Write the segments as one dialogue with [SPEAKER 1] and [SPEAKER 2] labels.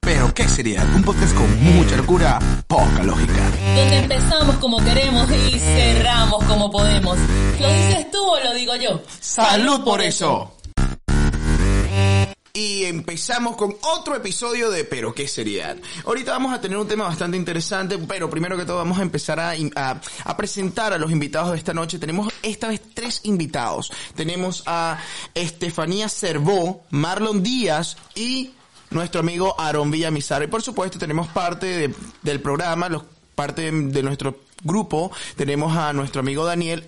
[SPEAKER 1] Pero, ¿qué sería? Un podcast con mucha locura, poca lógica.
[SPEAKER 2] Donde empezamos como queremos y cerramos como podemos. ¿Lo dices tú o lo digo yo?
[SPEAKER 1] ¡Salud por eso! Y empezamos con otro episodio de Pero qué seriedad. Ahorita vamos a tener un tema bastante interesante, pero primero que todo vamos a empezar a, a- a presentar a los invitados de esta noche. Tenemos esta vez tres invitados. Tenemos a Estefanía Cervó, Marlon Díaz y nuestro amigo Aaron Villamizar. Y por supuesto tenemos parte de- del programa, los, parte de, de nuestro grupo. Tenemos a nuestro amigo Daniel,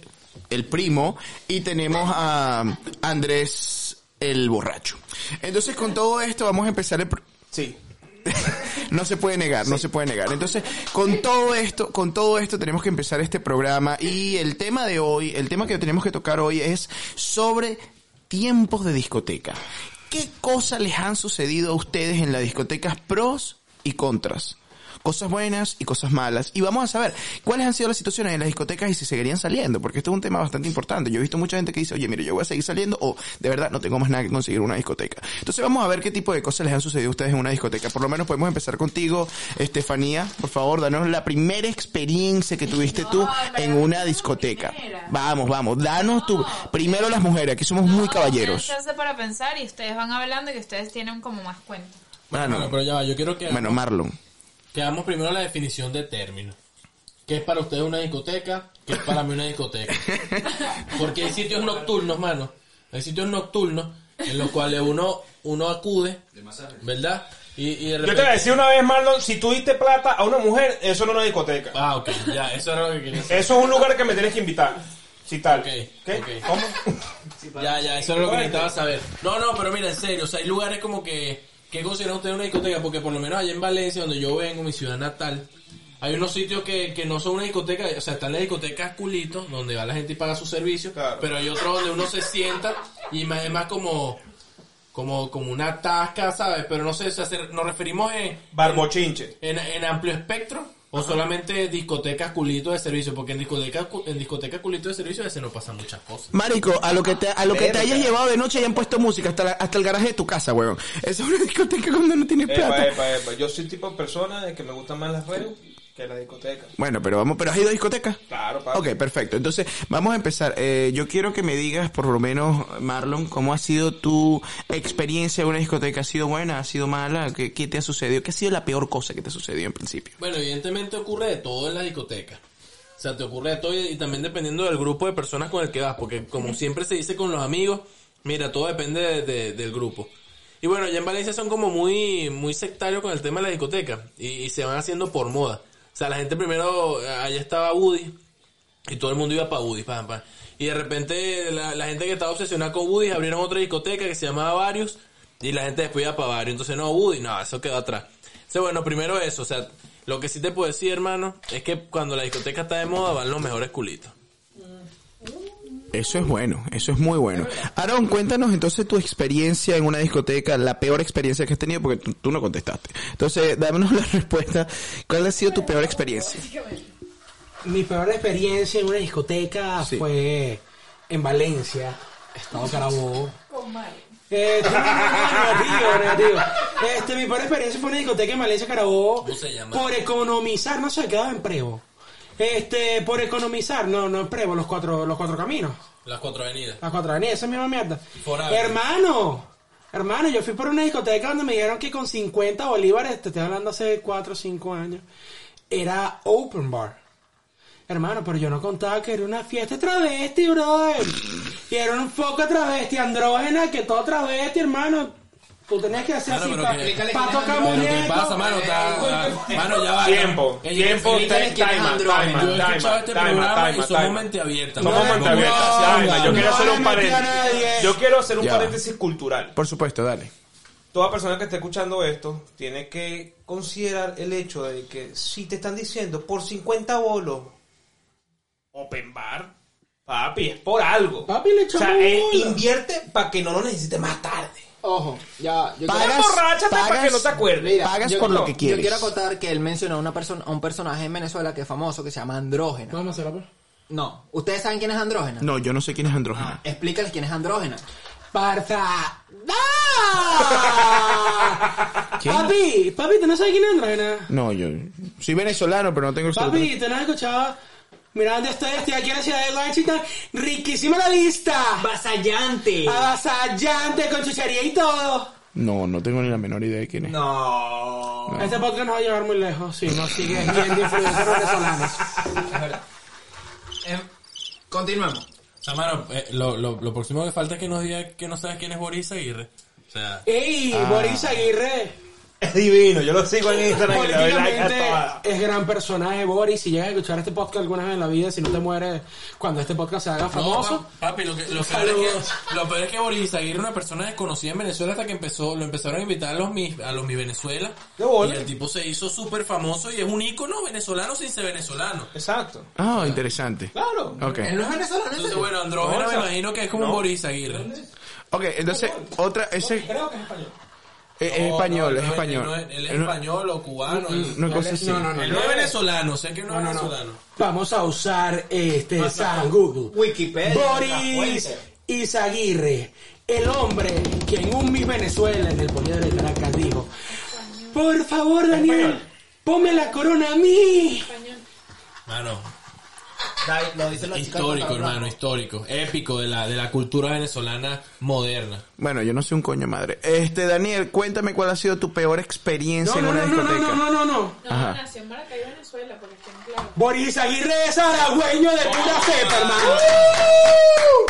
[SPEAKER 1] el primo, y tenemos a Andrés el borracho. Entonces, con todo esto, vamos a empezar el. pro- Sí. No se puede negar, no se puede negar. Entonces, con todo esto, con todo esto tenemos que empezar este programa y el tema de hoy, el tema que tenemos que tocar hoy es sobre tiempos de discoteca. ¿Qué cosas les han sucedido a ustedes en las discotecas pros y contras? Cosas buenas y cosas malas. Y vamos a saber cuáles han sido las situaciones en las discotecas y si seguirían saliendo, porque esto es un tema bastante importante. Yo he visto mucha gente que dice, oye, mire, yo voy a seguir saliendo o de verdad no tengo más nada que conseguir una discoteca. Entonces vamos a ver qué tipo de cosas les han sucedido a ustedes en una discoteca. Por lo menos podemos empezar contigo, Estefanía. Por favor, danos la primera experiencia que tuviste tú en una discoteca. Vamos, vamos, danos tu... Primero las mujeres, aquí somos
[SPEAKER 3] Ah,
[SPEAKER 1] muy caballeros.
[SPEAKER 3] Chance para pensar y ustedes van hablando que ustedes tienen como más cuenta.
[SPEAKER 4] Bueno,
[SPEAKER 1] Bueno,
[SPEAKER 4] pero ya va, yo quiero que
[SPEAKER 1] bueno, Marlon.
[SPEAKER 4] que hagamos primero la definición de término. ¿Qué es para ustedes una discoteca? ¿Qué es para mí una discoteca? Porque hay sitios nocturnos, mano. Hay sitios nocturnos en los cuales uno, uno acude, ¿verdad? Y, y de
[SPEAKER 5] Yo te voy a
[SPEAKER 4] repente...
[SPEAKER 5] decir una vez, Marlon, si tú diste plata a una mujer, eso no es una discoteca.
[SPEAKER 4] Ah, ok, ya, eso era lo que quería decir.
[SPEAKER 5] Eso es un lugar que me tienes que invitar. Si tal.
[SPEAKER 4] Ok,
[SPEAKER 5] ¿Qué?
[SPEAKER 4] ok.
[SPEAKER 5] ¿Cómo?
[SPEAKER 4] Ya, ya, eso era lo que necesitaba saber. No, no, pero mira, en serio, o sea, hay lugares como que, que consideran ustedes una discoteca, porque por lo menos allá en Valencia, donde yo vengo, mi ciudad natal, hay unos sitios que, que no son una discoteca, o sea, están las discotecas culitos, donde va la gente y paga sus servicios,
[SPEAKER 5] Claro.
[SPEAKER 4] pero hay otros donde uno se sienta y más, es más como, como, como una tasca, ¿sabes? Pero no sé, o sea, se- nos referimos en,
[SPEAKER 5] Barbochinche.
[SPEAKER 4] en, en amplio espectro. O solamente discotecas culito de servicio, porque en discotecas cu- en discotecas culito de servicio a veces no pasan muchas cosas.
[SPEAKER 1] Marico, a lo que te, a lo que te hayas llevado de noche y han puesto música hasta, la- hasta el garaje de tu casa, weón. Esa es una discoteca cuando no tienes plata.
[SPEAKER 5] Epa, epa, epa. Yo soy tipo de persona de que me gustan más las redes que las discotecas.
[SPEAKER 1] Bueno, pero vamos, pero has ido a discoteca.
[SPEAKER 5] Claro, papi.
[SPEAKER 1] Ok, perfecto. Entonces, vamos a empezar. Eh, yo quiero que me digas, por lo menos, Marlon, cómo ha sido tu experiencia en una discoteca. ¿Ha sido buena? ¿Ha sido mala? ¿Qué, qué te ha sucedido? ¿Qué ha sido la peor cosa que te sucedió en principio?
[SPEAKER 4] Bueno, evidentemente ocurre de todo en la discoteca. O sea, te ocurre de todo y, y también dependiendo del grupo de personas con el que vas, porque como siempre se dice con los amigos, mira, todo depende de- de- del grupo. Y bueno, allá en Valencia son como muy, muy sectarios con el tema de la discoteca y, y se van haciendo por moda. O sea, la gente primero, eh, allá estaba Woody y todo el mundo iba para Woody, pam, pam. Y de repente la, la gente que estaba obsesionada con Woody abrieron otra discoteca que se llamaba Varios y la gente después iba para Varios. Entonces, no, Woody, no, eso quedó atrás. Entonces, bueno, primero eso, o sea, lo que sí te puedo decir, hermano, es que cuando la discoteca está de moda van los mejores culitos.
[SPEAKER 1] Eso es bueno, eso es muy bueno. Aaron, cuéntanos entonces tu experiencia en una discoteca, la peor experiencia que has tenido, porque tú, tú no contestaste. Entonces, dámonos la respuesta. ¿Cuál ha sido tu peor experiencia?
[SPEAKER 6] Mi peor experiencia en una discoteca
[SPEAKER 1] Sí.
[SPEAKER 6] fue en Valencia, Estado Carabobo. Eh, no, no, no, negativo, negativo. Este, mi peor experiencia fue en una discoteca en Valencia, Carabobo.
[SPEAKER 4] ¿Cómo se llama?
[SPEAKER 6] Por economizar, no sé, quedaba en Prevo. Este, por economizar, no, no en Prevo, los cuatro, los cuatro caminos.
[SPEAKER 4] Las cuatro avenidas.
[SPEAKER 6] Las cuatro avenidas, esa misma mierda.
[SPEAKER 4] Forabre.
[SPEAKER 6] Hermano, hermano, yo fui por una discoteca donde me dijeron que con 50 bolívares, te estoy hablando hace 4 o 5 años, era open bar. Hermano, pero yo no contaba que era una fiesta travesti, brother. Y era un foco travesti, andrógena, que todo travesti, hermano. Tú tenías que hacer
[SPEAKER 4] Claro, pero
[SPEAKER 6] así
[SPEAKER 4] que- Eh,
[SPEAKER 6] para tocar
[SPEAKER 4] Pero
[SPEAKER 6] muñeco.
[SPEAKER 4] ¿qué pasa, mano? Está- mano, ya va.
[SPEAKER 5] Tiempo,
[SPEAKER 4] El-
[SPEAKER 5] tiempo,
[SPEAKER 4] el- el-
[SPEAKER 5] time, time,
[SPEAKER 4] pues, Yo he
[SPEAKER 5] time,
[SPEAKER 4] escuchado este
[SPEAKER 5] time,
[SPEAKER 4] programa
[SPEAKER 5] time,
[SPEAKER 4] y somos
[SPEAKER 5] time.
[SPEAKER 4] mente abierta.
[SPEAKER 5] Somos
[SPEAKER 4] mano.
[SPEAKER 5] montavientas,
[SPEAKER 6] no,
[SPEAKER 5] ya, venga, Yo
[SPEAKER 6] no
[SPEAKER 5] quiero hacer
[SPEAKER 6] le
[SPEAKER 5] un
[SPEAKER 6] metí a
[SPEAKER 5] paréntesis.
[SPEAKER 6] nadie.
[SPEAKER 5] Yo quiero hacer un
[SPEAKER 1] Ya.
[SPEAKER 5] paréntesis cultural.
[SPEAKER 1] Por supuesto, dale.
[SPEAKER 5] Toda persona que esté escuchando esto tiene que considerar el hecho de que si te están diciendo por 50 bolos open bar, papi, es por algo.
[SPEAKER 6] Papi, le
[SPEAKER 5] o sea,
[SPEAKER 6] echamos
[SPEAKER 5] eh,
[SPEAKER 6] bola.
[SPEAKER 5] invierte para que no lo necesites más tarde.
[SPEAKER 7] Ojo, ya. Yo
[SPEAKER 1] Pagas-
[SPEAKER 5] Emborráchate para
[SPEAKER 1] pagas-
[SPEAKER 5] que no te acuerdes.
[SPEAKER 7] Mira,
[SPEAKER 1] Pagas
[SPEAKER 7] yo-
[SPEAKER 1] por lo
[SPEAKER 7] no,
[SPEAKER 1] que quieres.
[SPEAKER 7] Yo quiero acotar que él mencionó a, una persona, a un personaje en Venezuela que es famoso que se llama Andrógena.
[SPEAKER 6] Vamos a hacerlo, pues.
[SPEAKER 7] No. ¿Ustedes saben quién es Andrógena?
[SPEAKER 1] No, yo no sé quién es Andrógena.
[SPEAKER 7] Explícales quién es Andrógena.
[SPEAKER 6] ¡Parza! ¡Ah! Papi, papi, ¿tú no sabes quién es Andrógena?
[SPEAKER 1] No, yo soy venezolano, pero no tengo el celular.
[SPEAKER 6] Papi, ¿tú no has escuchado? Mira dónde estoy, estoy aquí en la ciudad de Washington. ¡Riquísima la vista!
[SPEAKER 7] Vasallante.
[SPEAKER 6] Avasallante, con chuchería y todo.
[SPEAKER 1] No, no tengo ni la menor idea de quién es.
[SPEAKER 5] No.
[SPEAKER 6] Este podcast nos va a llevar muy lejos si no sigues viendo influencers venezolanos.
[SPEAKER 7] Continuemos.
[SPEAKER 4] Samaro, eh, lo, lo, lo próximo que falta es que nos diga que no sabes quién es Boris Aguirre. O sea,
[SPEAKER 6] ¡Ey, Boris Aguirre!
[SPEAKER 5] Es divino, yo lo sigo en Instagram y le doy like a
[SPEAKER 6] Políticamente
[SPEAKER 5] todas.
[SPEAKER 6] es gran personaje, Boris. Si llegas a escuchar este podcast alguna vez en la vida, si no te mueres cuando este podcast se haga
[SPEAKER 4] no,
[SPEAKER 6] famoso.
[SPEAKER 4] pa- papi, lo, que, lo, peor es que, lo peor es que Boris Aguirre era una persona desconocida en Venezuela hasta que empezó, lo empezaron a invitar a los mi, a los mi Venezuela.
[SPEAKER 5] De bola.
[SPEAKER 4] Y el tipo se hizo súper famoso y es un ícono venezolano sin ser venezolano.
[SPEAKER 5] Exacto.
[SPEAKER 1] Ah, interesante.
[SPEAKER 5] Claro.
[SPEAKER 1] Ok.
[SPEAKER 7] Él no es venezolano,
[SPEAKER 4] Entonces,
[SPEAKER 7] ¿no?
[SPEAKER 4] bueno, Andrógeno
[SPEAKER 5] No,
[SPEAKER 4] me
[SPEAKER 5] esa-
[SPEAKER 4] imagino que es como
[SPEAKER 5] no.
[SPEAKER 4] Boris Aguirre.
[SPEAKER 1] Ok, entonces, otra, ese eh,
[SPEAKER 5] Creo que es español.
[SPEAKER 1] es
[SPEAKER 4] No,
[SPEAKER 1] español,
[SPEAKER 4] no,
[SPEAKER 1] es
[SPEAKER 4] no,
[SPEAKER 1] español.
[SPEAKER 4] no, Él es
[SPEAKER 1] Eh, no-
[SPEAKER 4] español o cubano. él-
[SPEAKER 1] Una cosa así.
[SPEAKER 6] Ah, No, no, no.
[SPEAKER 4] Él Mm, no es venezolano, sé que no es venezolano.
[SPEAKER 6] Vamos a usar este San Google.
[SPEAKER 7] Wikipedia, la
[SPEAKER 6] Boris
[SPEAKER 7] fuente.
[SPEAKER 6] Izaguirre, el hombre que en un Miss Venezuela en el Poliedro de Caracas dijo: Por favor, Daniel, ponme la corona a mí.
[SPEAKER 4] Mano,
[SPEAKER 7] Da- Lo dicen los chicos
[SPEAKER 4] histórico,
[SPEAKER 7] de Coca-Cola.
[SPEAKER 4] hermano, histórico. Épico de la, de la cultura venezolana moderna.
[SPEAKER 1] Bueno, yo no soy un coño madre. Este, Daniel, cuéntame cuál ha sido tu peor
[SPEAKER 6] No,
[SPEAKER 1] experiencia en
[SPEAKER 6] no,
[SPEAKER 1] una
[SPEAKER 6] no, no, no,
[SPEAKER 1] discoteca.
[SPEAKER 6] no, no, no, no.
[SPEAKER 3] No,
[SPEAKER 1] Ajá.
[SPEAKER 3] nació en Maracay, Venezuela, porque está en claro.
[SPEAKER 6] Boris Aguirre es aragüeño de pura cepa, hermano.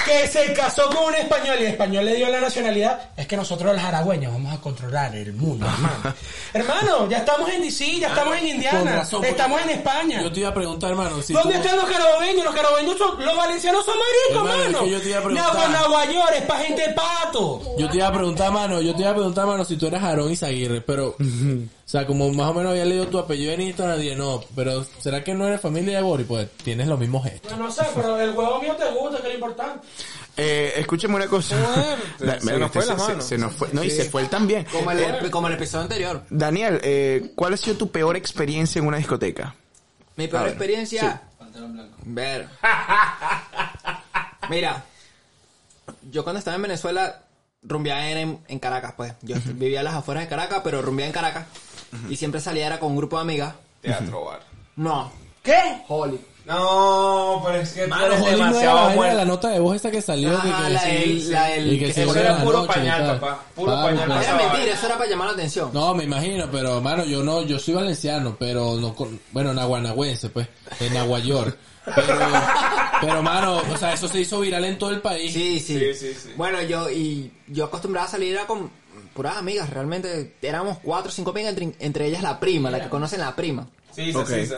[SPEAKER 6] Que se casó con un español y el español le dio la nacionalidad. Es que nosotros los aragüeños vamos a controlar el mundo, hermano. hermano, ya estamos en DC, ya estamos en
[SPEAKER 4] Ah,
[SPEAKER 6] Indiana,
[SPEAKER 4] Con razón,
[SPEAKER 6] estamos en
[SPEAKER 4] porque-
[SPEAKER 6] España.
[SPEAKER 4] Yo te iba a preguntar, hermano, si
[SPEAKER 6] ¿Dónde
[SPEAKER 4] tú-
[SPEAKER 6] están los carabobeños? Los carabobeños son, los valencianos son maricos,
[SPEAKER 4] Hermano, es
[SPEAKER 6] mano.
[SPEAKER 4] que yo te iba a preguntar.
[SPEAKER 6] Nagua Naguayor es pa' gente de pato.
[SPEAKER 4] Yo te iba a preguntar, mano, yo te iba a preguntar, mano, si tú eras Aarón Izaguirre, pero... O sea, como más o menos había leído tu apellido en Instagram, dije, no, pero ¿será que no eres familia de Boris? Pues tienes los mismos gestos.
[SPEAKER 6] No sé, pero el huevo mío te gusta, que es lo importante.
[SPEAKER 1] Eh, escúchame una cosa.
[SPEAKER 5] Fuerte.
[SPEAKER 1] Da-
[SPEAKER 5] Se
[SPEAKER 1] verga,
[SPEAKER 5] nos fue
[SPEAKER 1] este
[SPEAKER 5] las
[SPEAKER 1] se-
[SPEAKER 5] manos.
[SPEAKER 1] se nos fue. No, y se fue él también. Eh,
[SPEAKER 7] Como el, como el episodio anterior.
[SPEAKER 1] Daniel, eh, ¿cuál ha sido tu peor experiencia en una discoteca?
[SPEAKER 7] Mi
[SPEAKER 1] A
[SPEAKER 7] peor
[SPEAKER 1] ver,
[SPEAKER 7] experiencia. Ver. Mira, yo cuando estaba en Venezuela, rumbeaba era en, en Caracas, pues. Yo vivía a las afueras de Caracas, pero rumbeaba en Caracas. Y siempre salía era con un grupo de amigas.
[SPEAKER 5] Teatro bar.
[SPEAKER 7] No,
[SPEAKER 5] ¿Qué?
[SPEAKER 7] Holly.
[SPEAKER 5] No, pero es que tú
[SPEAKER 4] Pero
[SPEAKER 5] eres
[SPEAKER 4] Holly no era la
[SPEAKER 5] demasiado
[SPEAKER 4] vaina de
[SPEAKER 5] bueno.
[SPEAKER 4] la nota de voz esta que salió.
[SPEAKER 7] Ajá,
[SPEAKER 4] que, que
[SPEAKER 7] la
[SPEAKER 4] sí,
[SPEAKER 7] del-
[SPEAKER 4] sí.
[SPEAKER 7] la del-
[SPEAKER 4] Y que
[SPEAKER 7] eso
[SPEAKER 4] se vuelve
[SPEAKER 5] era puro
[SPEAKER 4] la noche y
[SPEAKER 5] pañal,
[SPEAKER 4] tal.
[SPEAKER 5] papá, puro
[SPEAKER 4] Papi,
[SPEAKER 5] pañal.
[SPEAKER 4] papi.
[SPEAKER 7] Era mentira, eso era para llamar la atención.
[SPEAKER 4] No, me imagino, pero mano, yo no, yo soy valenciano, pero no, con- bueno, naguanagüense, pues, en Naguayor. Pero, pero mano, o sea, eso se hizo viral en todo el país.
[SPEAKER 7] Sí, sí.
[SPEAKER 5] Sí, sí, sí.
[SPEAKER 7] Bueno, yo y yo acostumbraba a salir era con puras amigas, realmente éramos cuatro o cinco amigas, entre, entre ellas la prima, la que conocen la prima.
[SPEAKER 5] Sí, sí,
[SPEAKER 1] Ok.
[SPEAKER 5] sí, sí.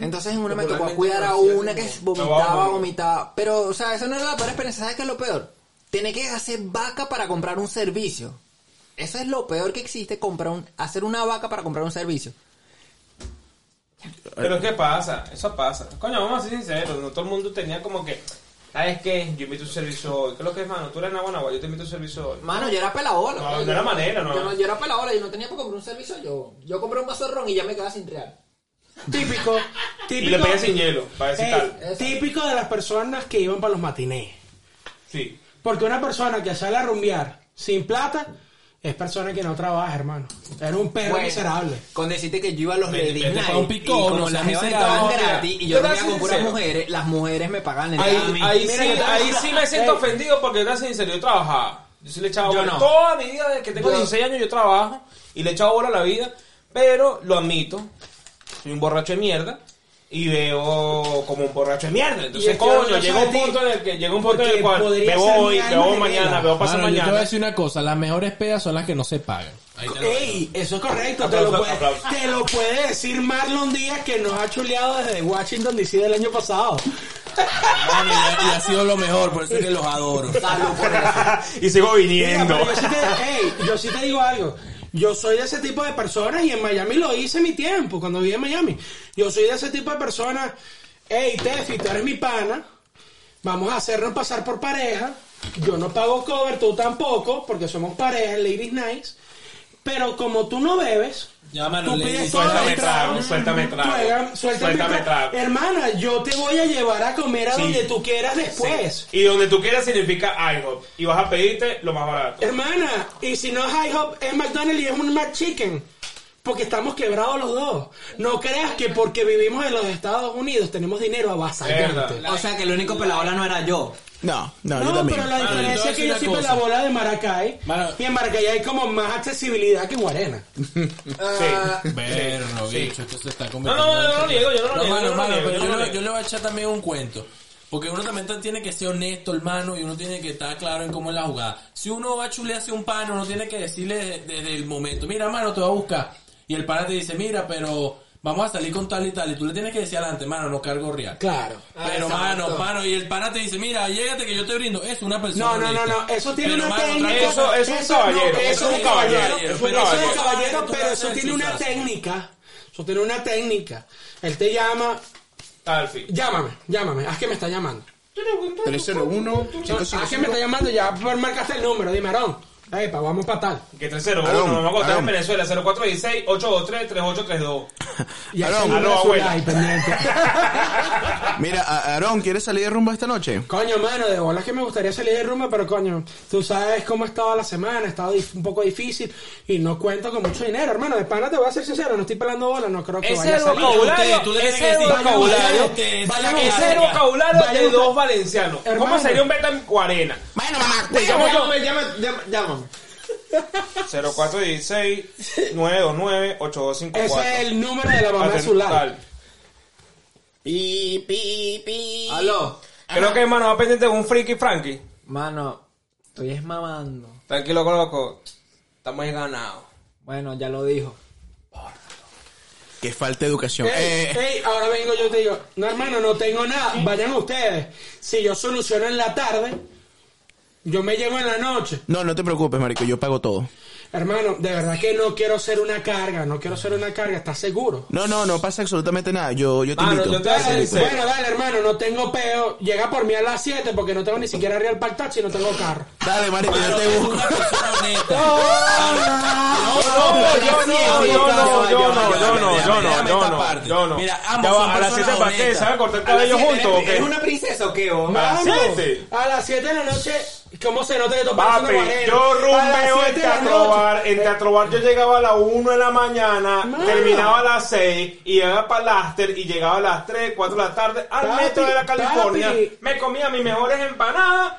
[SPEAKER 7] Entonces en una me tocó
[SPEAKER 5] Popularmente
[SPEAKER 7] cuidar a
[SPEAKER 5] conocida
[SPEAKER 7] una que
[SPEAKER 5] como- No,
[SPEAKER 7] vomitaba,
[SPEAKER 5] vamos.
[SPEAKER 7] vomitaba. Pero, o sea, eso no era la peor experiencia. ¿Sabes qué es lo peor? Tiene que hacer vaca para comprar un servicio. Eso es lo peor que existe, comprar un, hacer una vaca para comprar un servicio.
[SPEAKER 5] Pero ¿qué pasa? Eso pasa. Coño, vamos a ser sinceros. No todo el mundo tenía como que... ¿Sabes qué? Yo invito a un servicio hoy. ¿Qué es lo que es, mano? Tú eres Naguanagua, yo te invito a un servicio hoy.
[SPEAKER 7] Mano, yo era pelabola.
[SPEAKER 5] No, no era manera, no.
[SPEAKER 7] Yo, yo era pelabola, yo no tenía para comprar un servicio. Yo, yo compré un vaso de ron y ya me quedaba sin real.
[SPEAKER 6] Típico, típico.
[SPEAKER 5] Y le pedía sin hielo, para decir
[SPEAKER 6] Ey,
[SPEAKER 5] tal.
[SPEAKER 6] típico de las personas que iban para los matinés.
[SPEAKER 5] Sí.
[SPEAKER 6] Porque una persona que sale a rumbear sin plata es persona que no trabaja, hermano. Era un perro
[SPEAKER 7] Bueno,
[SPEAKER 6] miserable.
[SPEAKER 7] Con decirte que yo iba a los
[SPEAKER 4] Vete,
[SPEAKER 7] Lady
[SPEAKER 4] vete
[SPEAKER 7] Night
[SPEAKER 4] pa' un picón,
[SPEAKER 7] y como
[SPEAKER 4] no seas
[SPEAKER 7] las jevas
[SPEAKER 4] miserable.
[SPEAKER 7] estaban gratis
[SPEAKER 5] Te
[SPEAKER 7] y yo
[SPEAKER 5] voy a
[SPEAKER 7] dormía
[SPEAKER 5] ser
[SPEAKER 7] con puras
[SPEAKER 5] sincero.
[SPEAKER 7] mujeres, las mujeres me pagaban el
[SPEAKER 5] Ahí,
[SPEAKER 7] a mí.
[SPEAKER 5] ahí
[SPEAKER 6] Mira,
[SPEAKER 5] sí,
[SPEAKER 6] yo te-
[SPEAKER 5] ahí sí me siento
[SPEAKER 6] Ey.
[SPEAKER 5] ofendido porque era sincero, yo trabajaba. Yo sí le echaba
[SPEAKER 7] Yo
[SPEAKER 5] bola.
[SPEAKER 7] no.
[SPEAKER 5] Toda mi vida, desde que tengo
[SPEAKER 7] Yo-
[SPEAKER 5] 16 años, yo trabajo y le he echado bola a la vida. Pero lo admito, soy un borracho de mierda y veo como un borracho de mierda.
[SPEAKER 6] Y
[SPEAKER 5] Entonces,
[SPEAKER 6] es que ahora
[SPEAKER 5] coño,
[SPEAKER 6] no
[SPEAKER 5] llega un
[SPEAKER 6] sabes
[SPEAKER 5] punto
[SPEAKER 6] ti.
[SPEAKER 5] en el que, llega un punto en el
[SPEAKER 6] Porque
[SPEAKER 5] cual
[SPEAKER 6] podría
[SPEAKER 5] veo
[SPEAKER 6] ser mi
[SPEAKER 5] hoy,
[SPEAKER 6] alma
[SPEAKER 5] veo
[SPEAKER 6] gemela.
[SPEAKER 5] mañana, veo pasado
[SPEAKER 4] Mano, yo te voy a
[SPEAKER 5] mañana.
[SPEAKER 4] decir una cosa, las mejores pedas son las que no se pagan. Ahí te lo digo.
[SPEAKER 6] Ey, eso es correcto. te, lo
[SPEAKER 5] Aplausos,
[SPEAKER 6] puede,
[SPEAKER 5] aplausos.
[SPEAKER 6] te lo puede decir Marlon Díaz que nos ha chuleado desde Washington DC del año pasado.
[SPEAKER 4] Hermano, y, ha- y ha sido lo mejor, por eso es que los adoro.
[SPEAKER 5] y sigo
[SPEAKER 6] Mira,
[SPEAKER 5] viniendo.
[SPEAKER 6] pero yo, sí te, hey, yo sí te digo algo. Yo soy de ese tipo de personas y en Miami lo hice en mi tiempo, cuando viví en Miami. Yo soy de ese tipo de personas. Hey, Tefi, tú eres mi pana. Vamos a hacernos pasar por pareja. Yo no pago cover, tú tampoco, porque somos pareja, ladies nice. Pero como tú no bebes,
[SPEAKER 4] Ya, mano,
[SPEAKER 6] tú
[SPEAKER 4] le-
[SPEAKER 6] pides
[SPEAKER 4] suéltame
[SPEAKER 6] todos los
[SPEAKER 5] trago,
[SPEAKER 6] tragos.
[SPEAKER 5] suéltame trago,
[SPEAKER 6] Juegan- Suéltame,
[SPEAKER 5] suéltame
[SPEAKER 6] trago.
[SPEAKER 5] trago.
[SPEAKER 6] Hermana, yo te voy a llevar a comer a
[SPEAKER 5] Sí.
[SPEAKER 6] donde tú quieras después.
[SPEAKER 5] Y donde tú quieras significa IHOP. Y vas a pedirte lo más barato.
[SPEAKER 6] Hermana, y si no es IHOP, es McDonald's y es un McChicken. Porque estamos quebrados los dos. No creas que porque vivimos en los Estados Unidos tenemos dinero
[SPEAKER 4] Eh.
[SPEAKER 6] avasallante.
[SPEAKER 5] Verdad.
[SPEAKER 8] O sea que el único pelabola no era yo.
[SPEAKER 1] No, no, yo
[SPEAKER 6] No,
[SPEAKER 1] también.
[SPEAKER 6] pero la
[SPEAKER 4] Mano, yo te voy
[SPEAKER 6] diferencia
[SPEAKER 4] a
[SPEAKER 6] es que
[SPEAKER 4] decir
[SPEAKER 6] yo
[SPEAKER 4] una
[SPEAKER 6] siempre
[SPEAKER 4] cosa.
[SPEAKER 6] la bola de Maracay.
[SPEAKER 4] Mano.
[SPEAKER 6] Y en Maracay hay como más accesibilidad que en Guarena.
[SPEAKER 5] Ah,
[SPEAKER 4] Verlo,
[SPEAKER 5] sí.
[SPEAKER 4] bicho, esto se está convirtiendo.
[SPEAKER 5] No, no, no,
[SPEAKER 4] en
[SPEAKER 5] no lo
[SPEAKER 4] serio.
[SPEAKER 5] niego, yo no lo niego,
[SPEAKER 4] mano,
[SPEAKER 5] yo no lo
[SPEAKER 4] mano,
[SPEAKER 5] niego,
[SPEAKER 4] pero
[SPEAKER 5] yo
[SPEAKER 4] yo
[SPEAKER 5] no lo
[SPEAKER 4] le-
[SPEAKER 5] niego.
[SPEAKER 4] yo le voy a echar también un cuento. Porque uno también tiene que ser honesto, hermano, y uno tiene que estar claro en cómo es la jugada. Si uno va a chulearse un pan, uno tiene que decirle de- desde el momento, mira, hermano, te voy a buscar. Y el pana te dice, mira, pero vamos a salir con tal y tal. Y tú le tienes que decir adelante, mano, no cargo real.
[SPEAKER 6] Claro.
[SPEAKER 4] Ah,
[SPEAKER 6] Ah,
[SPEAKER 4] Pero, mano, mano, y el pana te dice, mira, llégate que yo te brindo. Es una persona.
[SPEAKER 6] No, no, no,
[SPEAKER 4] honesta.
[SPEAKER 6] no, eso tiene
[SPEAKER 4] Pero,
[SPEAKER 6] una
[SPEAKER 4] mano, otra
[SPEAKER 6] técnica.
[SPEAKER 4] cosa-
[SPEAKER 5] Eso- eso es caballero,
[SPEAKER 6] no,
[SPEAKER 5] eso
[SPEAKER 6] eso
[SPEAKER 5] es
[SPEAKER 6] es caballero.
[SPEAKER 4] caballero,
[SPEAKER 6] Eso
[SPEAKER 4] pero-
[SPEAKER 6] es
[SPEAKER 4] pero-
[SPEAKER 6] caballero,
[SPEAKER 4] tú vas
[SPEAKER 6] pero
[SPEAKER 4] a
[SPEAKER 6] eso
[SPEAKER 4] hacer
[SPEAKER 6] tiene una
[SPEAKER 4] quizás.
[SPEAKER 6] técnica. Eso tiene una técnica. Él te llama,
[SPEAKER 5] Al fin.
[SPEAKER 6] llámame, llámame, haz que me está llamando.
[SPEAKER 1] 301
[SPEAKER 6] ¿A quién me está llamando? Ya pues, marcaste el número, dime, Aarón. Epa, vamos para tal.
[SPEAKER 5] Que 301,
[SPEAKER 1] Aló,
[SPEAKER 5] no me acuerdo, está en
[SPEAKER 1] aló.
[SPEAKER 5] Venezuela, 0416-823-3832.
[SPEAKER 6] Y
[SPEAKER 1] Aarón.
[SPEAKER 6] ese número
[SPEAKER 5] Aló,
[SPEAKER 6] azul
[SPEAKER 5] abuela.
[SPEAKER 6] ahí pendiente.
[SPEAKER 1] Mira, a- Aarón, ¿quieres salir de rumba esta noche?
[SPEAKER 6] coño, mano, de bolas que me gustaría salir de rumba, pero coño, tú sabes cómo ha estado la semana, ha estado dif- un poco difícil y no cuento con mucho dinero, hermano. De pana te voy a ser sincero, no estoy pelando bolas, no creo que
[SPEAKER 5] Ese
[SPEAKER 6] vaya a
[SPEAKER 5] es el
[SPEAKER 6] salir.
[SPEAKER 5] vocabulario,
[SPEAKER 4] Tú le tienes que
[SPEAKER 5] ese es el
[SPEAKER 4] decir,
[SPEAKER 5] vocabulario,
[SPEAKER 4] vayan ustedes,
[SPEAKER 5] ese
[SPEAKER 4] vayan
[SPEAKER 5] es
[SPEAKER 4] ustedes.
[SPEAKER 5] el vocabulario
[SPEAKER 6] Vayan
[SPEAKER 5] de
[SPEAKER 6] ustedes.
[SPEAKER 5] dos valencianos. ¿Cómo
[SPEAKER 6] Hermano.
[SPEAKER 5] sería un beta en Pues 40?
[SPEAKER 1] Bueno, mamá,
[SPEAKER 8] Llámame, llámame, llámame, llámame.
[SPEAKER 5] 0416-929-8254.
[SPEAKER 6] Ese es el número de la mamá de
[SPEAKER 5] Aten-
[SPEAKER 6] su lado.
[SPEAKER 5] tal.
[SPEAKER 8] Pi, pi, pi.
[SPEAKER 7] Aló.
[SPEAKER 5] Creo que, hermano, va pendiente de un freaky Frankie.
[SPEAKER 8] Mano, estoy es mamando.
[SPEAKER 5] Tranquilo, coloco. Estamos ahí ganados.
[SPEAKER 8] Bueno, ya lo dijo.
[SPEAKER 1] Que falta educación.
[SPEAKER 6] Ey,
[SPEAKER 1] Eh,
[SPEAKER 6] ey, ahora vengo yo y te digo, no hermano, no tengo nada, vayan ustedes. Si yo soluciono en la tarde, yo me llevo en la noche.
[SPEAKER 1] no, no te preocupes, marico, yo pago todo.
[SPEAKER 6] Hermano, de verdad que no quiero ser una carga, no quiero ser una carga, ¿estás seguro?
[SPEAKER 1] No, no, no pasa absolutamente nada. Yo, yo te
[SPEAKER 5] Mano,
[SPEAKER 1] invito.
[SPEAKER 5] yo te voy a ser
[SPEAKER 6] Dale,
[SPEAKER 5] sincero.
[SPEAKER 6] bueno, dale, hermano, no tengo peo. Llega por mí a las 7 porque no tengo ni siquiera Real Pack Taxi, no tengo carro.
[SPEAKER 1] Dale, marico, yo te
[SPEAKER 4] Es
[SPEAKER 1] busco.
[SPEAKER 4] una persona honesta.
[SPEAKER 5] No, yo no, yo no, yo no, yo no, yo no, yo no, yo no.
[SPEAKER 4] Mira, ambos
[SPEAKER 5] Ya
[SPEAKER 4] son
[SPEAKER 5] va, a las
[SPEAKER 4] personas
[SPEAKER 5] 7 para qué,
[SPEAKER 4] honestas.
[SPEAKER 5] ¿se van a cortar el cabello juntos o
[SPEAKER 8] ¿Eres
[SPEAKER 5] qué?
[SPEAKER 8] una princesa o qué, vos?
[SPEAKER 5] ¿A las
[SPEAKER 6] Vamos,
[SPEAKER 5] siete?
[SPEAKER 6] A las 7 de la noche, ¿cómo se nota que tú pareces
[SPEAKER 5] Papi,
[SPEAKER 6] una guarera?
[SPEAKER 5] yo
[SPEAKER 6] A las
[SPEAKER 5] rumbeo en
[SPEAKER 6] siete de la
[SPEAKER 5] Teatro
[SPEAKER 6] noche.
[SPEAKER 5] Bar. En Teatro Bar yo llegaba a las 1 de la mañana,
[SPEAKER 6] Mano.
[SPEAKER 5] terminaba a las 6 y iba para Laster y llegaba a las 3, 4 de la tarde al
[SPEAKER 6] Papi,
[SPEAKER 5] metro de la California.
[SPEAKER 6] papi.
[SPEAKER 5] Me comía mis mejores empanadas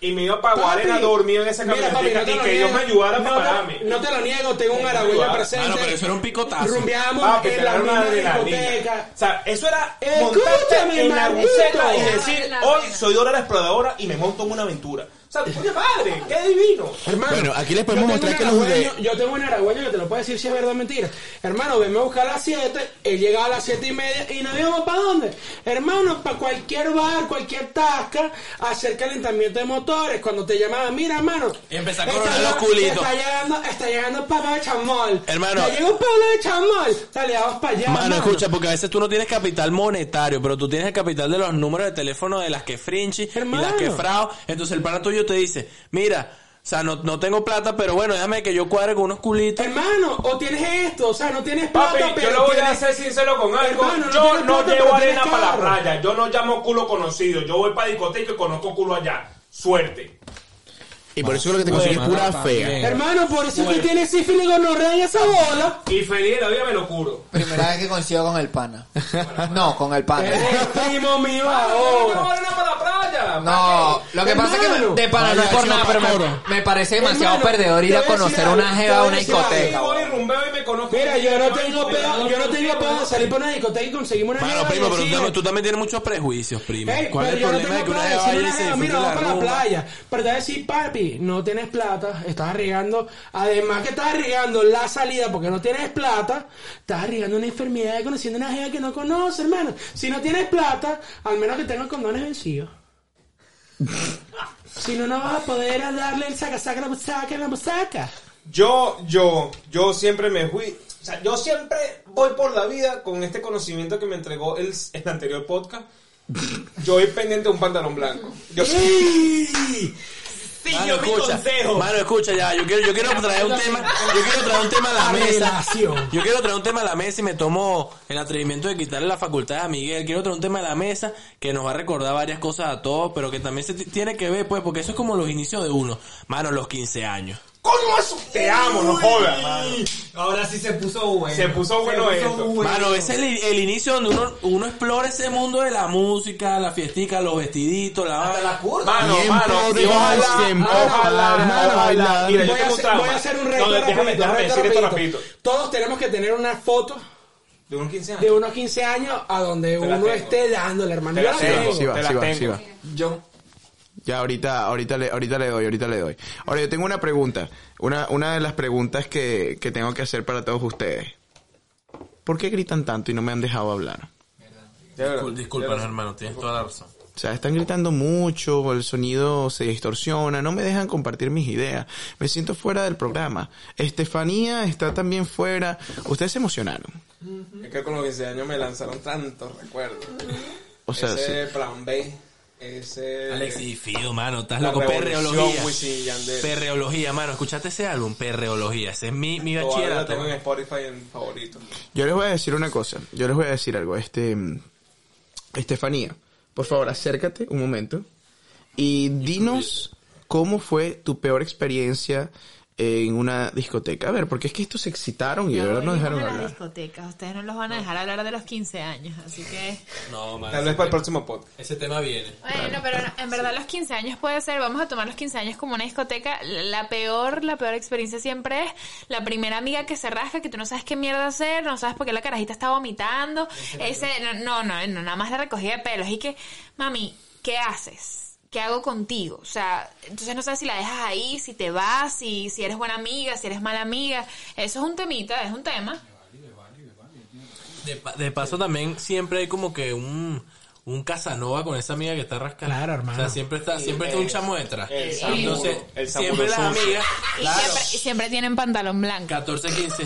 [SPEAKER 5] y me iba para
[SPEAKER 6] Papi,
[SPEAKER 5] Guarena dormido en esa
[SPEAKER 6] mira, papi,
[SPEAKER 5] camionetica
[SPEAKER 6] no te
[SPEAKER 5] y
[SPEAKER 6] lo
[SPEAKER 5] que Dios
[SPEAKER 6] niego,
[SPEAKER 5] me ayudara
[SPEAKER 6] no
[SPEAKER 5] a
[SPEAKER 6] te-
[SPEAKER 5] pararme.
[SPEAKER 6] No te lo niego, tengo un aragüeño
[SPEAKER 5] Mano,
[SPEAKER 6] presente.
[SPEAKER 4] Mano, Ah, pero eso era un picotazo.
[SPEAKER 6] Rumbeamos
[SPEAKER 5] Papi,
[SPEAKER 6] en
[SPEAKER 5] te
[SPEAKER 6] la
[SPEAKER 5] da una
[SPEAKER 6] misma
[SPEAKER 5] adrenalina.
[SPEAKER 6] discoteca.
[SPEAKER 5] O sea, eso era
[SPEAKER 6] Escúchame,
[SPEAKER 5] montarte en la
[SPEAKER 6] maldito.
[SPEAKER 5] buceta y
[SPEAKER 6] Vale
[SPEAKER 5] decir,
[SPEAKER 3] la
[SPEAKER 5] hoy
[SPEAKER 3] pena.
[SPEAKER 5] soy Dora la exploradora y me monto en una aventura. O sea, coño madre, qué divino.
[SPEAKER 6] Hermano,
[SPEAKER 1] Bueno, aquí les podemos
[SPEAKER 6] yo tengo
[SPEAKER 1] mostrar que
[SPEAKER 6] un
[SPEAKER 1] los de-
[SPEAKER 6] aragüeño- Yo tengo un aragüeño que te lo puedo decir si es verdad o mentira. Hermano, venme a buscar a las 7, he llegado a las 7 y media y nos íbamos para dónde. Hermano, para cualquier bar, cualquier tasca, hacer calentamiento de motores. Cuando te llamaban, mira, hermano.
[SPEAKER 4] Y empezar a
[SPEAKER 6] está
[SPEAKER 4] coronar los
[SPEAKER 6] lleg-
[SPEAKER 4] culitos.
[SPEAKER 6] Está llegando, está llegando Pablo de Chamol.
[SPEAKER 4] Hermano.
[SPEAKER 6] Ya llegó Pablo de Chamol. Dale, vamos para allá.
[SPEAKER 4] Mano,
[SPEAKER 6] hermano.
[SPEAKER 4] escucha, porque a veces tú no tienes capital monetario, pero tú tienes el capital de los números de teléfono de las que frinchi
[SPEAKER 6] Hermano.
[SPEAKER 4] y las que frao. Entonces el pana tuyo te dice, mira, o sea, no, no tengo plata, pero bueno, déjame que yo cuadre con unos culitos.
[SPEAKER 6] Hermano, o tienes esto, o sea, no tienes plata,
[SPEAKER 5] Papi, yo
[SPEAKER 6] pero
[SPEAKER 5] le voy a
[SPEAKER 6] tienes-
[SPEAKER 5] ser sincero con algo.
[SPEAKER 6] Hermano, no
[SPEAKER 5] yo
[SPEAKER 6] tienes
[SPEAKER 5] no
[SPEAKER 6] plata,
[SPEAKER 5] llevo
[SPEAKER 6] pero
[SPEAKER 5] arena
[SPEAKER 6] tienes
[SPEAKER 5] para la
[SPEAKER 6] carro.
[SPEAKER 5] playa. Yo no llamo culo conocido. Yo voy para discoteca y conozco culo allá. Suerte.
[SPEAKER 1] Y por eso es lo que te conseguí
[SPEAKER 4] Bueno,
[SPEAKER 1] pura
[SPEAKER 4] también.
[SPEAKER 1] fea.
[SPEAKER 6] Hermano, por eso es que tienes sífilis gonorrea y esa bola.
[SPEAKER 5] Y feliz de la vida me lo curo.
[SPEAKER 8] Primera vez que coincido con el pana. No, con el pana.
[SPEAKER 6] Eres primo mío
[SPEAKER 5] Yo no llevo
[SPEAKER 6] ahora.
[SPEAKER 5] arena para la playa.
[SPEAKER 8] No, lo que pasa es que
[SPEAKER 6] Hermano.
[SPEAKER 8] me- de pana no es por
[SPEAKER 1] Vaya,
[SPEAKER 8] nada, pero
[SPEAKER 1] chino,
[SPEAKER 8] me, me parece demasiado
[SPEAKER 6] Hermano,
[SPEAKER 8] perdedor ir
[SPEAKER 6] te
[SPEAKER 8] a
[SPEAKER 6] voy a decir
[SPEAKER 8] conocer
[SPEAKER 6] algo,
[SPEAKER 8] una
[SPEAKER 6] te
[SPEAKER 8] jeva a
[SPEAKER 6] voy a
[SPEAKER 8] una
[SPEAKER 6] decir algo.
[SPEAKER 5] Y
[SPEAKER 8] discoteca.
[SPEAKER 5] voy y rumbeo y me
[SPEAKER 4] conozco.
[SPEAKER 6] Mira, yo no tengo pedo, yo no tengo pedo de salir para una discoteca y conseguirme una
[SPEAKER 4] Bueno,
[SPEAKER 6] mierda
[SPEAKER 4] primo,
[SPEAKER 6] y
[SPEAKER 4] pero
[SPEAKER 6] decir,
[SPEAKER 4] tú, tú también tienes muchos prejuicios, primo.
[SPEAKER 6] Ey,
[SPEAKER 4] ¿Cuál es
[SPEAKER 6] pero
[SPEAKER 4] el
[SPEAKER 6] yo no
[SPEAKER 4] problema de
[SPEAKER 6] tengo
[SPEAKER 4] que una
[SPEAKER 6] plata.
[SPEAKER 4] jeva
[SPEAKER 6] decirle
[SPEAKER 4] vaya y
[SPEAKER 6] a la
[SPEAKER 4] se
[SPEAKER 6] jeva,
[SPEAKER 4] disfrute
[SPEAKER 6] mira, vamos
[SPEAKER 4] la
[SPEAKER 6] para la
[SPEAKER 4] rumba?
[SPEAKER 6] playa. Pero te va a decir, papi, no tienes plata, estás arriesgando. Además que estás arriesgando la salida porque no tienes plata, estás arriesgando una enfermedad de conociendo una jeva que no conoce, hermano. Si no tienes plata, al menos que tengas condones vencidos. si no, no vas a poder a darle el saca, saca, la saca, la saca.
[SPEAKER 5] Yo, yo, yo siempre me fui. O sea, yo siempre voy por la vida con este conocimiento que me entregó el, el anterior podcast. Yo voy pendiente de un pantalón blanco. Yo
[SPEAKER 4] Mano, escucha, mano, escucha ya, yo quiero, yo quiero traer un tema, yo quiero traer un tema a la mesa.
[SPEAKER 6] Relación.
[SPEAKER 4] Yo quiero traer un tema a la mesa y me tomo el atrevimiento de quitarle la facultad a Miguel. Quiero traer un tema a la mesa que nos va a recordar varias cosas a todos, pero que también se t- tiene que ver, pues, porque eso es como los inicios de uno. Mano, los 15 años.
[SPEAKER 5] ¿Cómo eso? Te amo, no jodas,
[SPEAKER 7] Ahora sí se puso bueno.
[SPEAKER 5] Se puso bueno esto.
[SPEAKER 7] Pues,
[SPEAKER 4] Mano, ese es el, el inicio donde uno, uno explora ese mundo de la música, la fiestica, los vestiditos, la vaina. la
[SPEAKER 5] Mano, mano, y ojalá, ojalá, ojalá. Mira, yo
[SPEAKER 6] voy, a
[SPEAKER 5] tengo un
[SPEAKER 6] hacer,
[SPEAKER 5] trauma.
[SPEAKER 6] voy a hacer un
[SPEAKER 5] No,
[SPEAKER 6] reto
[SPEAKER 5] déjame-
[SPEAKER 6] rapidito,
[SPEAKER 5] déjame
[SPEAKER 6] reto
[SPEAKER 5] decir esto
[SPEAKER 6] rapidito. Todos tenemos que tener una foto
[SPEAKER 5] De unos 15 años.
[SPEAKER 6] de unos 15 años a donde
[SPEAKER 5] la
[SPEAKER 6] uno
[SPEAKER 5] tengo.
[SPEAKER 6] esté dándole, hermano.
[SPEAKER 5] Te
[SPEAKER 6] Yo
[SPEAKER 5] la
[SPEAKER 6] la
[SPEAKER 5] tengo.
[SPEAKER 6] tengo.
[SPEAKER 1] Sí va,
[SPEAKER 5] Te
[SPEAKER 1] sí
[SPEAKER 5] las
[SPEAKER 1] va, sí
[SPEAKER 5] tengo.
[SPEAKER 1] va. Ya ahorita, ahorita le, ahorita le doy, ahorita le doy. Ahora yo tengo una pregunta, una, una de las preguntas que, que tengo que hacer para todos ustedes. ¿Por qué gritan tanto y no me han dejado hablar?
[SPEAKER 4] Disculpa, hermano, tienes toda la razón.
[SPEAKER 1] O sea, están gritando mucho, el sonido se distorsiona, no me dejan compartir mis ideas. Me siento fuera del programa. Estefanía está también fuera. Ustedes se emocionaron.
[SPEAKER 5] Es que con los 15 años me lanzaron tantos recuerdos.
[SPEAKER 1] O sea,
[SPEAKER 5] ese plan B, ese.
[SPEAKER 4] Alex y Fido, mano, estás
[SPEAKER 5] La
[SPEAKER 4] loco.
[SPEAKER 5] revolución,
[SPEAKER 4] Perreología.
[SPEAKER 5] Wisin y Yandel.
[SPEAKER 4] Perreología, mano. ¿Escuchaste ese álbum? Perreología. Ese es mi, mi
[SPEAKER 5] Todavía la
[SPEAKER 4] bachillerato.
[SPEAKER 5] tengo en Spotify en favorito.
[SPEAKER 1] Yo les voy a decir una cosa. Yo les voy a decir algo. Este, mm, Estefanía, por favor, acércate un momento y dinos cómo fue tu peor experiencia en una discoteca. A ver, porque es que estos se excitaron y de verdad nos dejaron
[SPEAKER 3] las
[SPEAKER 1] hablar.
[SPEAKER 3] discotecas. Ustedes no los van a dejar hablar de los 15 años, así que...
[SPEAKER 4] No, mano.
[SPEAKER 5] Tal vez para el próximo podcast.
[SPEAKER 4] Ese tema viene.
[SPEAKER 3] Bueno, pero no, en verdad los 15 años puede ser, vamos a tomar los 15 años como una discoteca, la la peor, la peor experiencia siempre es la primera amiga que se rasca, que tú no sabes qué mierda hacer, no sabes por qué la carajita está vomitando, ese, no, no, no, no, nada más la recogida de pelos, y que, mami, ¿qué haces? ¿Qué hago contigo? O sea, entonces no sabes si la dejas ahí, si te vas, si, si eres buena amiga, si eres mala amiga, eso es un temita, es un tema.
[SPEAKER 4] De, pa- de paso también siempre hay como que un, un Casanova con esa amiga que está rascada.
[SPEAKER 6] Claro, hermano.
[SPEAKER 4] O sea, siempre está, siempre está un chamo detrás.
[SPEAKER 5] eh, El Samuro,
[SPEAKER 4] Entonces,
[SPEAKER 5] el Samuro
[SPEAKER 4] siempre las
[SPEAKER 5] sucio.
[SPEAKER 4] amigas,
[SPEAKER 3] Y
[SPEAKER 4] claro,
[SPEAKER 3] siempre, y siempre tienen pantalón blanco.
[SPEAKER 4] 14, 15,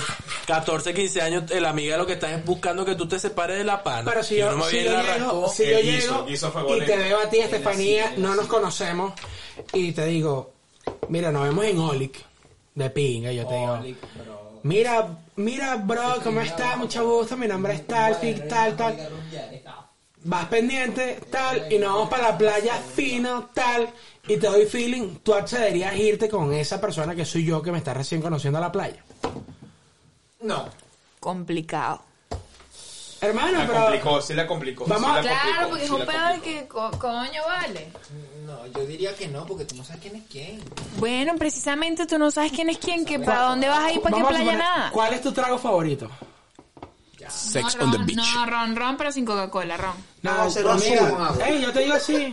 [SPEAKER 4] 14, 15 años, el amiga lo que está es buscando que tú te separes de la pana.
[SPEAKER 6] Pero si
[SPEAKER 4] Y
[SPEAKER 6] yo,
[SPEAKER 4] uno más
[SPEAKER 6] si
[SPEAKER 4] bien
[SPEAKER 6] yo
[SPEAKER 4] la
[SPEAKER 6] llego,
[SPEAKER 4] rascó.
[SPEAKER 6] si
[SPEAKER 5] el
[SPEAKER 6] yo
[SPEAKER 5] guiso,
[SPEAKER 6] llego
[SPEAKER 5] guiso fue
[SPEAKER 6] y te
[SPEAKER 5] goleta.
[SPEAKER 6] veo a ti, Estefanía, no nos conocemos, y te digo, mira, nos vemos en Olic, de pinga, yo te digo. Mira, mira, bro, ¿cómo estás? Mucho gusto, mi nombre es tal, tic, tal, tal. Vas pendiente, tal, y nos vamos para la playa fino, tal, y te doy feeling, tú accederías a irte con esa persona que soy yo que me está recién conociendo a la playa.
[SPEAKER 7] No.
[SPEAKER 3] Complicado.
[SPEAKER 6] Hermano,
[SPEAKER 5] La
[SPEAKER 6] pero...
[SPEAKER 5] complicó, sí la complicó. sí
[SPEAKER 6] Vamos a-
[SPEAKER 5] la
[SPEAKER 3] Claro,
[SPEAKER 5] complicó,
[SPEAKER 3] porque es
[SPEAKER 5] sí
[SPEAKER 3] un
[SPEAKER 5] la
[SPEAKER 3] pedo de
[SPEAKER 5] complicó.
[SPEAKER 3] que co- coño vale.
[SPEAKER 7] No, yo diría que no, porque tú no sabes quién es quién.
[SPEAKER 3] Bueno, precisamente tú no sabes quién es quién, que para dónde vas a ir, para qué
[SPEAKER 6] Vamos a
[SPEAKER 3] playa
[SPEAKER 6] suponer,
[SPEAKER 3] nada.
[SPEAKER 6] ¿Cuál es tu trago favorito?
[SPEAKER 1] Sex
[SPEAKER 3] no,
[SPEAKER 1] on
[SPEAKER 3] ron,
[SPEAKER 1] the beach.
[SPEAKER 3] No, ron, ron, pero sin Coca-Cola, ron.
[SPEAKER 6] No,
[SPEAKER 7] ese ron
[SPEAKER 6] mira,
[SPEAKER 7] sí, con agua.
[SPEAKER 6] ey, yo te digo así.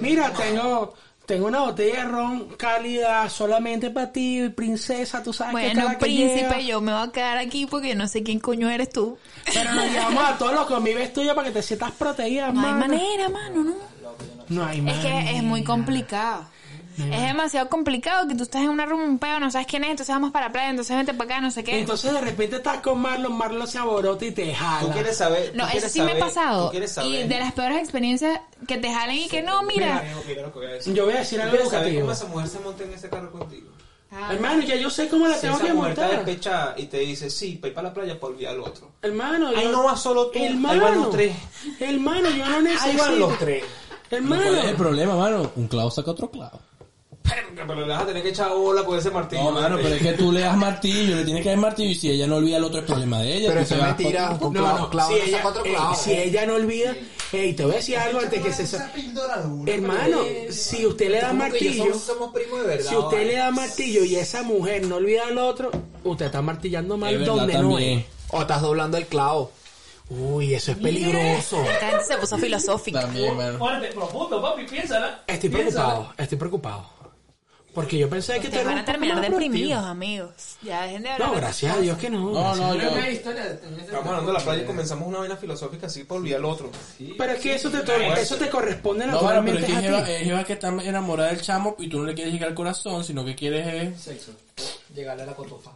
[SPEAKER 6] Mira, tengo, tengo una botella de ron cálida solamente para ti, princesa, tú
[SPEAKER 3] Ah,
[SPEAKER 6] sabes que esta es
[SPEAKER 3] Bueno,
[SPEAKER 6] la que lleva.
[SPEAKER 3] príncipe, yo me voy a quedar aquí porque yo no sé quién coño eres tú.
[SPEAKER 6] Pero nos llevamos a todos los convives tuyos para que te sientas protegida,
[SPEAKER 3] No hay
[SPEAKER 6] mana.
[SPEAKER 3] manera, mano, ¿no?
[SPEAKER 6] No hay
[SPEAKER 3] Es
[SPEAKER 6] manera.
[SPEAKER 3] que es muy complicado. Es demasiado complicado que tú estás en una rumba, un pedo, no sabes quién es, entonces vamos para la playa, entonces vente para acá, no sé qué.
[SPEAKER 6] Entonces de repente estás con Marlon, Marlon se aborota y te jala.
[SPEAKER 5] Tú quieres saber. tú
[SPEAKER 3] no, eso
[SPEAKER 5] quieres
[SPEAKER 3] sí me
[SPEAKER 5] saber-
[SPEAKER 3] ha pasado.
[SPEAKER 5] tú quieres
[SPEAKER 3] Y
[SPEAKER 5] saber-
[SPEAKER 3] de las peores experiencias que te jalen y que no, mira.
[SPEAKER 5] Mira, mira lo que voy a decir.
[SPEAKER 6] Yo voy a decir algo
[SPEAKER 5] ¿Quieres saber
[SPEAKER 6] educativo.
[SPEAKER 5] cómo esa mujer se monta en ese carro contigo?
[SPEAKER 3] Ah,
[SPEAKER 6] Hermano, ya yo sé cómo la
[SPEAKER 5] Si
[SPEAKER 6] tengo
[SPEAKER 5] esa
[SPEAKER 6] que
[SPEAKER 5] mujer está
[SPEAKER 6] montar.
[SPEAKER 5] despechada y te dice, sí, para ir para la playa, para olvidar al otro.
[SPEAKER 6] Hermano,
[SPEAKER 5] Ahí
[SPEAKER 6] yo-
[SPEAKER 5] no vas solo tú, ahí
[SPEAKER 6] Hermano,
[SPEAKER 5] van los tres.
[SPEAKER 6] Hermano, yo no necesito.
[SPEAKER 5] Ahí van los tres.
[SPEAKER 6] Hermano.
[SPEAKER 4] problema, mano? Un clavo saca otro clavo.
[SPEAKER 5] Pero le vas a tener que echar bola con ese martillo.
[SPEAKER 4] No, mano, pero es que tú le das martillo, le tienes que dar martillo y si ella no olvida el otro es problema de ella.
[SPEAKER 7] Pero
[SPEAKER 4] tú
[SPEAKER 7] eso
[SPEAKER 4] te
[SPEAKER 7] es
[SPEAKER 4] vas
[SPEAKER 7] mentira.
[SPEAKER 4] por-
[SPEAKER 7] Con
[SPEAKER 6] No,
[SPEAKER 7] clavo,
[SPEAKER 6] no,
[SPEAKER 7] clavo,
[SPEAKER 6] si,
[SPEAKER 7] no
[SPEAKER 6] ella,
[SPEAKER 7] saca otro
[SPEAKER 6] eh,
[SPEAKER 7] clavo.
[SPEAKER 6] si ella no olvida, Hey, te voy a decir algo antes que se sa- Hermano, si usted le da
[SPEAKER 7] Como que ya
[SPEAKER 6] martillo,
[SPEAKER 7] somos- somos primos de verdad,
[SPEAKER 6] si usted
[SPEAKER 7] ¿vale?
[SPEAKER 6] le da martillo y esa mujer no olvida al otro, usted está martillando mal
[SPEAKER 7] Es verdad
[SPEAKER 6] donde no
[SPEAKER 7] también.
[SPEAKER 6] es. O estás doblando el clavo. Uy, eso es peligroso.
[SPEAKER 2] Esta gente se puso filosófica.
[SPEAKER 6] También, mano.
[SPEAKER 2] Fuerte, profundo, papi, piénsala.
[SPEAKER 6] Estoy preocupado, estoy preocupado. Porque yo pensé que
[SPEAKER 3] Ustedes
[SPEAKER 6] te
[SPEAKER 3] van a terminar deprimidos, amigos. Ya dejen de hablar.
[SPEAKER 6] No, gracias a Dios que no. gracias a Dios.
[SPEAKER 5] Estamos hablando de la playa y comenzamos una vaina filosófica así por olvidar al otro.
[SPEAKER 6] Pero es que eso te,
[SPEAKER 5] Bueno.
[SPEAKER 6] eso te corresponde
[SPEAKER 4] No, bueno, pero es
[SPEAKER 6] naturalmente
[SPEAKER 4] que
[SPEAKER 6] a
[SPEAKER 4] lleva, eh,
[SPEAKER 6] ti.
[SPEAKER 4] es Jeva que está enamorada del chamo y tú no le quieres llegar al corazón, sino que quieres eh, es...
[SPEAKER 8] Sexo. Llegarle a la cotofa.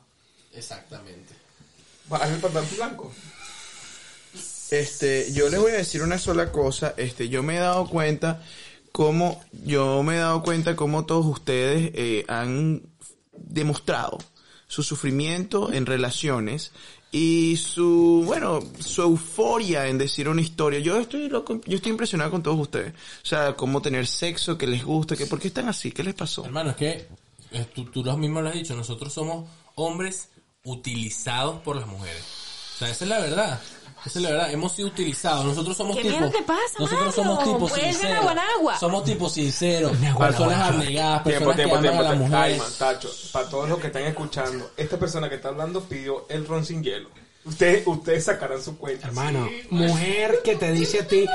[SPEAKER 4] Exactamente.
[SPEAKER 5] Hazme el papel blanco.
[SPEAKER 1] Este, yo les voy a decir una sola cosa. Este, yo me he dado cuenta cómo, yo me he dado cuenta cómo todos ustedes eh, han demostrado su sufrimiento en relaciones y su, bueno, su euforia en decir una historia. Yo estoy loco, yo estoy impresionado con todos ustedes. O sea, cómo tener sexo, que les gusta, que por qué están así, qué les pasó.
[SPEAKER 4] Hermano, es que eh, tú, tú lo mismo lo has dicho, nosotros somos hombres utilizados por las mujeres. O sea, esa es la verdad. Esa es la verdad, hemos sido utilizados. Nosotros somos
[SPEAKER 3] ¿Qué
[SPEAKER 4] tipos.
[SPEAKER 3] mierda te pasa,
[SPEAKER 4] nosotros
[SPEAKER 3] mano?
[SPEAKER 4] somos tipos
[SPEAKER 3] Vuelve a
[SPEAKER 4] sinceros.
[SPEAKER 3] Guanagua.
[SPEAKER 4] Somos tipos sinceros.
[SPEAKER 5] Guanagua.
[SPEAKER 4] Personas abnegadas,
[SPEAKER 5] Ah, Tiempo,
[SPEAKER 4] personas
[SPEAKER 5] tiempo,
[SPEAKER 4] que aman
[SPEAKER 5] tiempo.
[SPEAKER 4] a las
[SPEAKER 5] tiempo. Ay,
[SPEAKER 4] mujeres.
[SPEAKER 5] man, Tacho, para todos los que están escuchando, esta persona que está hablando pidió el ron sin hielo. Ustedes, ustedes sacarán su cuenta.
[SPEAKER 6] Hermano, mujer que te dice a ti,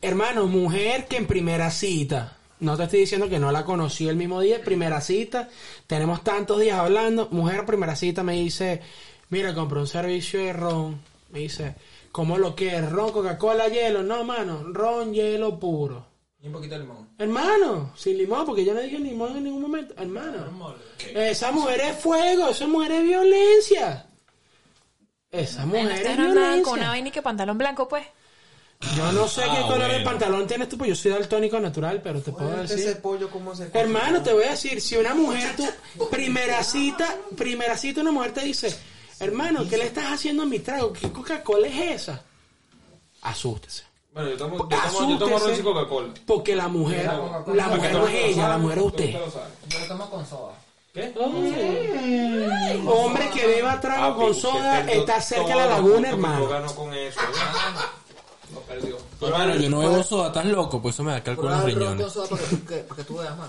[SPEAKER 6] hermano, mujer que en primera cita, no te estoy diciendo que no la conocí el mismo día, primera cita, tenemos tantos días hablando, mujer primera cita me dice, mira, compré un servicio de ron, me dice, ¿cómo lo que es? ¿Ron, Coca-Cola, hielo? No, mano, ron, hielo puro.
[SPEAKER 7] Y un poquito de limón.
[SPEAKER 6] Hermano, sin limón, porque yo no dije limón en ningún momento. Hermano, esa mujer es fuego, esa mujer es violencia. Esa mujer es
[SPEAKER 3] Ustedes no andaban
[SPEAKER 6] violencia.
[SPEAKER 3] con una vaina y que pantalón blanco, pues.
[SPEAKER 6] Yo no sé
[SPEAKER 5] Ah,
[SPEAKER 6] qué color de
[SPEAKER 5] bueno.
[SPEAKER 6] pantalón tienes tú, pues yo soy daltónico natural, pero te puedo
[SPEAKER 5] Fuerte ese
[SPEAKER 6] decir.
[SPEAKER 5] este pollo, ¿cómo se
[SPEAKER 6] Hermano, te voy a decir, si una mujer, tú, primera cita, primera cita, una mujer te dice, hermano, ¿qué le estás haciendo a mi trago? ¿Qué Coca-Cola es esa? Asústese.
[SPEAKER 5] Bueno, yo tomo, yo tomo, yo tomo
[SPEAKER 6] Asústese.
[SPEAKER 5] ron sin Coca-Cola.
[SPEAKER 6] Porque la mujer, la mujer no es ella, la mujer es usted.
[SPEAKER 7] Yo lo tomo con soda.
[SPEAKER 5] ¿Qué?
[SPEAKER 6] Hombre que beba trago con soda está cerca de la laguna, hermano. Pues,
[SPEAKER 5] ganó con eso. No perdió.
[SPEAKER 4] Hermano, yo no bebo soda, estás loco, pues eso me da cálculo en los riñones.
[SPEAKER 7] Porque tú veas más.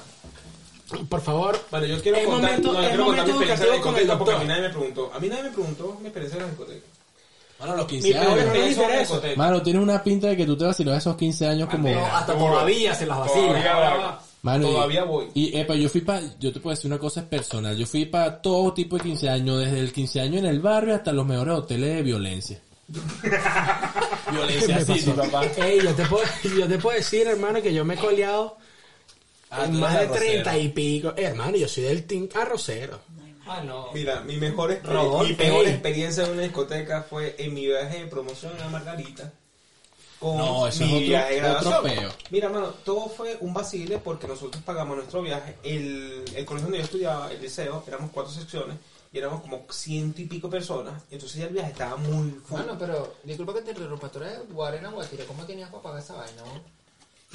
[SPEAKER 6] Por favor.
[SPEAKER 5] Vale, yo quiero
[SPEAKER 6] Es
[SPEAKER 5] contar,
[SPEAKER 6] momento-
[SPEAKER 5] no, yo
[SPEAKER 6] es
[SPEAKER 5] quiero contar mi
[SPEAKER 6] momento
[SPEAKER 5] experiencia en la
[SPEAKER 6] educativo con el
[SPEAKER 5] discoteca porque a mí
[SPEAKER 6] doctor.
[SPEAKER 5] nadie me preguntó. A mí nadie me preguntó mi experiencia en la discoteca.
[SPEAKER 4] Bueno, los 15
[SPEAKER 5] Mi peor
[SPEAKER 4] años.
[SPEAKER 5] experiencia fue en la discoteca.
[SPEAKER 4] Mano, tienes una pinta de que tú te vacilas esos 15 años como...
[SPEAKER 5] todavía se las vacila. Ah, Todavía,
[SPEAKER 4] Mano, y-
[SPEAKER 5] ah, todavía voy.
[SPEAKER 4] Y epa, yo fui para, yo te puedo decir una cosa personal, yo fui para todo tipo de 15 años, desde el 15 años en el barrio hasta los mejores hoteles de violencia. violencia sí, mi papá.
[SPEAKER 6] Ey, yo te, puedo, yo te puedo decir, hermano, que yo me he coleado
[SPEAKER 4] Ah,
[SPEAKER 6] en
[SPEAKER 4] tú eres
[SPEAKER 6] más de
[SPEAKER 4] arrocero.
[SPEAKER 6] 30 y pico. Eh, hermano, yo soy del team arrocero.
[SPEAKER 5] Ah, no. eh. Mira, mi mejor exper-
[SPEAKER 6] Rodolfo.
[SPEAKER 5] mi peor experiencia en una discoteca fue en mi viaje de promoción a Margarita. Con
[SPEAKER 4] No, eso
[SPEAKER 5] mi
[SPEAKER 4] es otro-
[SPEAKER 5] viaje de
[SPEAKER 4] otro
[SPEAKER 5] graduación.
[SPEAKER 4] peo.
[SPEAKER 5] Mira, mano, todo fue un vacile porque nosotros pagamos nuestro viaje. El, el colegio donde yo estudiaba, el liceo, éramos cuatro secciones y éramos como ciento y pico personas. Entonces ya el viaje estaba muy full.
[SPEAKER 7] Bueno, pero disculpa que te interrumpa, tú eres Guarena Guatire, ¿cómo tenías para pagar esa vaina? vos?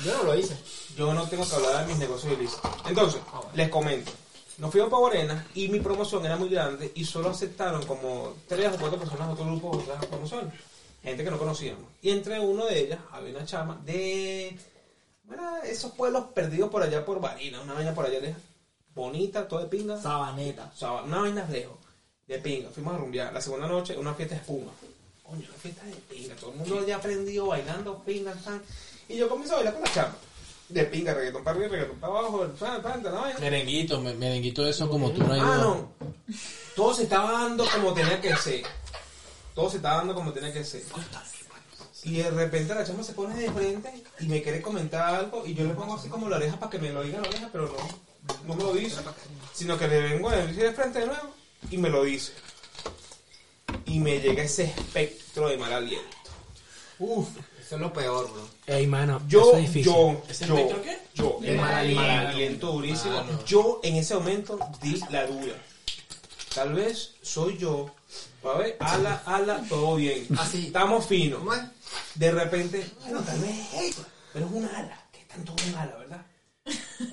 [SPEAKER 7] Yo no lo hice.
[SPEAKER 5] Yo no tengo que hablar de mis negocios ilícitos. Entonces, les comento. Nos fuimos para Arena y mi promoción era muy grande y solo aceptaron como tres o cuatro personas de otro grupo de otras promociones. Gente que no conocíamos. Y entre uno de ellas había una chama de bueno, esos pueblos perdidos por allá por Barina, una vaina por allá lejos. Bonita, todo de pinga.
[SPEAKER 7] Sabaneta.
[SPEAKER 5] Saba- una vaina lejos. De pinga. Fuimos a rumbear. La segunda noche, una fiesta de espuma. Coño, una fiesta de pinga. Todo el mundo ya aprendió bailando pinga, tan. Y yo comencé a bailar con la chama. De pinga, reggaetón para arriba, reggaetón para abajo, tan, tan, tan, la vaina.
[SPEAKER 4] Merenguito, me- merenguito eso como tú no hay
[SPEAKER 5] Ah,
[SPEAKER 4] duda.
[SPEAKER 5] no. Todo se estaba dando como tenía que ser. Todo se estaba dando como tenía que ser. Y de repente la chama se pone de frente y me quiere comentar algo y yo le pongo así como la oreja para que me lo diga la oreja, pero no, no me lo dice. Sino que le vengo a decir de frente de nuevo y me lo dice. Y me llega ese espectro de mal aliento. Uf,
[SPEAKER 7] Eso es lo peor, bro.
[SPEAKER 6] Ey, mano,
[SPEAKER 5] yo,
[SPEAKER 6] eso es difícil.
[SPEAKER 5] yo,
[SPEAKER 7] ¿Ese
[SPEAKER 5] yo,
[SPEAKER 7] espectro qué? Ah,
[SPEAKER 5] yo,
[SPEAKER 7] El
[SPEAKER 5] el mal
[SPEAKER 7] mal aliento.
[SPEAKER 5] aliento durísimo. Yo en ese momento di la duda. Tal vez soy yo. A ver, ala, ala, todo bien.
[SPEAKER 7] Así.
[SPEAKER 5] Estamos finos.
[SPEAKER 7] ¿Cómo es?
[SPEAKER 5] De repente, bueno, tal vez es ella, pero es una ala. Que tanto es una ala, ¿verdad?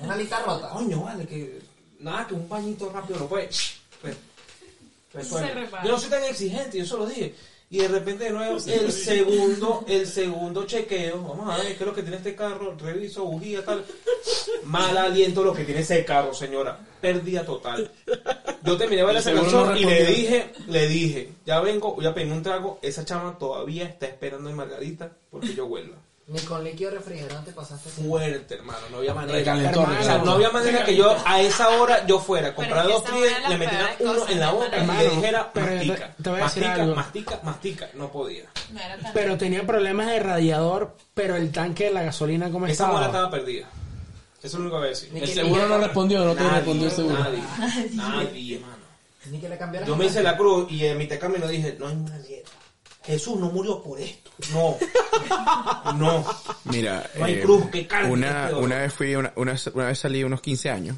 [SPEAKER 7] Una lista rota.
[SPEAKER 5] Coño, vale, que nada, que un pañito rápido no puede. Pues, pues,
[SPEAKER 3] Se
[SPEAKER 5] bueno.
[SPEAKER 3] repara.
[SPEAKER 5] Yo no soy tan exigente, yo solo dije. Y de repente de nuevo, el segundo, el segundo chequeo, vamos a ver qué es lo que tiene este carro, reviso, bujía, tal. Mal aliento lo que tiene ese carro, señora. Pérdida total. Yo terminé de bailar esa
[SPEAKER 6] El seguro
[SPEAKER 5] canción
[SPEAKER 6] no
[SPEAKER 5] y le
[SPEAKER 6] respondió.
[SPEAKER 5] dije, le dije, ya vengo, ya pedí un trago, esa chama todavía está esperando en Margarita porque yo huelo.
[SPEAKER 8] Ni con líquido refrigerante pasaste.
[SPEAKER 5] Fuerte, hermano, no había manera.
[SPEAKER 6] Recalentó,
[SPEAKER 5] Hermano, o sea,
[SPEAKER 6] recalentó.
[SPEAKER 5] no había manera que yo a esa hora yo fuera a comprar
[SPEAKER 3] Pero es
[SPEAKER 5] dos
[SPEAKER 3] que esa
[SPEAKER 5] tríos,
[SPEAKER 3] hora es
[SPEAKER 5] le
[SPEAKER 3] la
[SPEAKER 5] metiera
[SPEAKER 3] peor
[SPEAKER 5] uno
[SPEAKER 3] cosa
[SPEAKER 5] en la
[SPEAKER 3] que
[SPEAKER 5] boca
[SPEAKER 3] te
[SPEAKER 5] y
[SPEAKER 6] puede
[SPEAKER 5] le
[SPEAKER 6] hacer.
[SPEAKER 5] dijera,
[SPEAKER 6] Pero yo te-
[SPEAKER 5] mastica,
[SPEAKER 6] te voy a decir
[SPEAKER 5] mastica,
[SPEAKER 6] algo.
[SPEAKER 5] mastica, mastica, no podía.
[SPEAKER 3] No era tan-
[SPEAKER 6] Pero tenía problemas de radiador, pero el tanque de la gasolina, ¿cómo
[SPEAKER 5] Esa
[SPEAKER 6] estaba?
[SPEAKER 5] mujer estaba perdida. Eso es lo único que voy a decir.
[SPEAKER 8] Ni
[SPEAKER 4] El
[SPEAKER 8] que
[SPEAKER 4] seguro
[SPEAKER 8] ni
[SPEAKER 4] no
[SPEAKER 8] que-
[SPEAKER 4] respondió, no te
[SPEAKER 5] Nadie,
[SPEAKER 4] respondió el seguro.
[SPEAKER 5] Nadie, nadie, hermano.
[SPEAKER 8] Ni que le cambiaras.
[SPEAKER 5] Yo me hice la cruz y en mi camino dije, no hay nadie. Jesús no murió por esto. No. No.
[SPEAKER 1] Mira,
[SPEAKER 5] No hay
[SPEAKER 1] eh,
[SPEAKER 5] cruz que cargue
[SPEAKER 1] una,
[SPEAKER 5] este dolor.
[SPEAKER 1] una vez fui, una, una, una vez salí unos 15 años.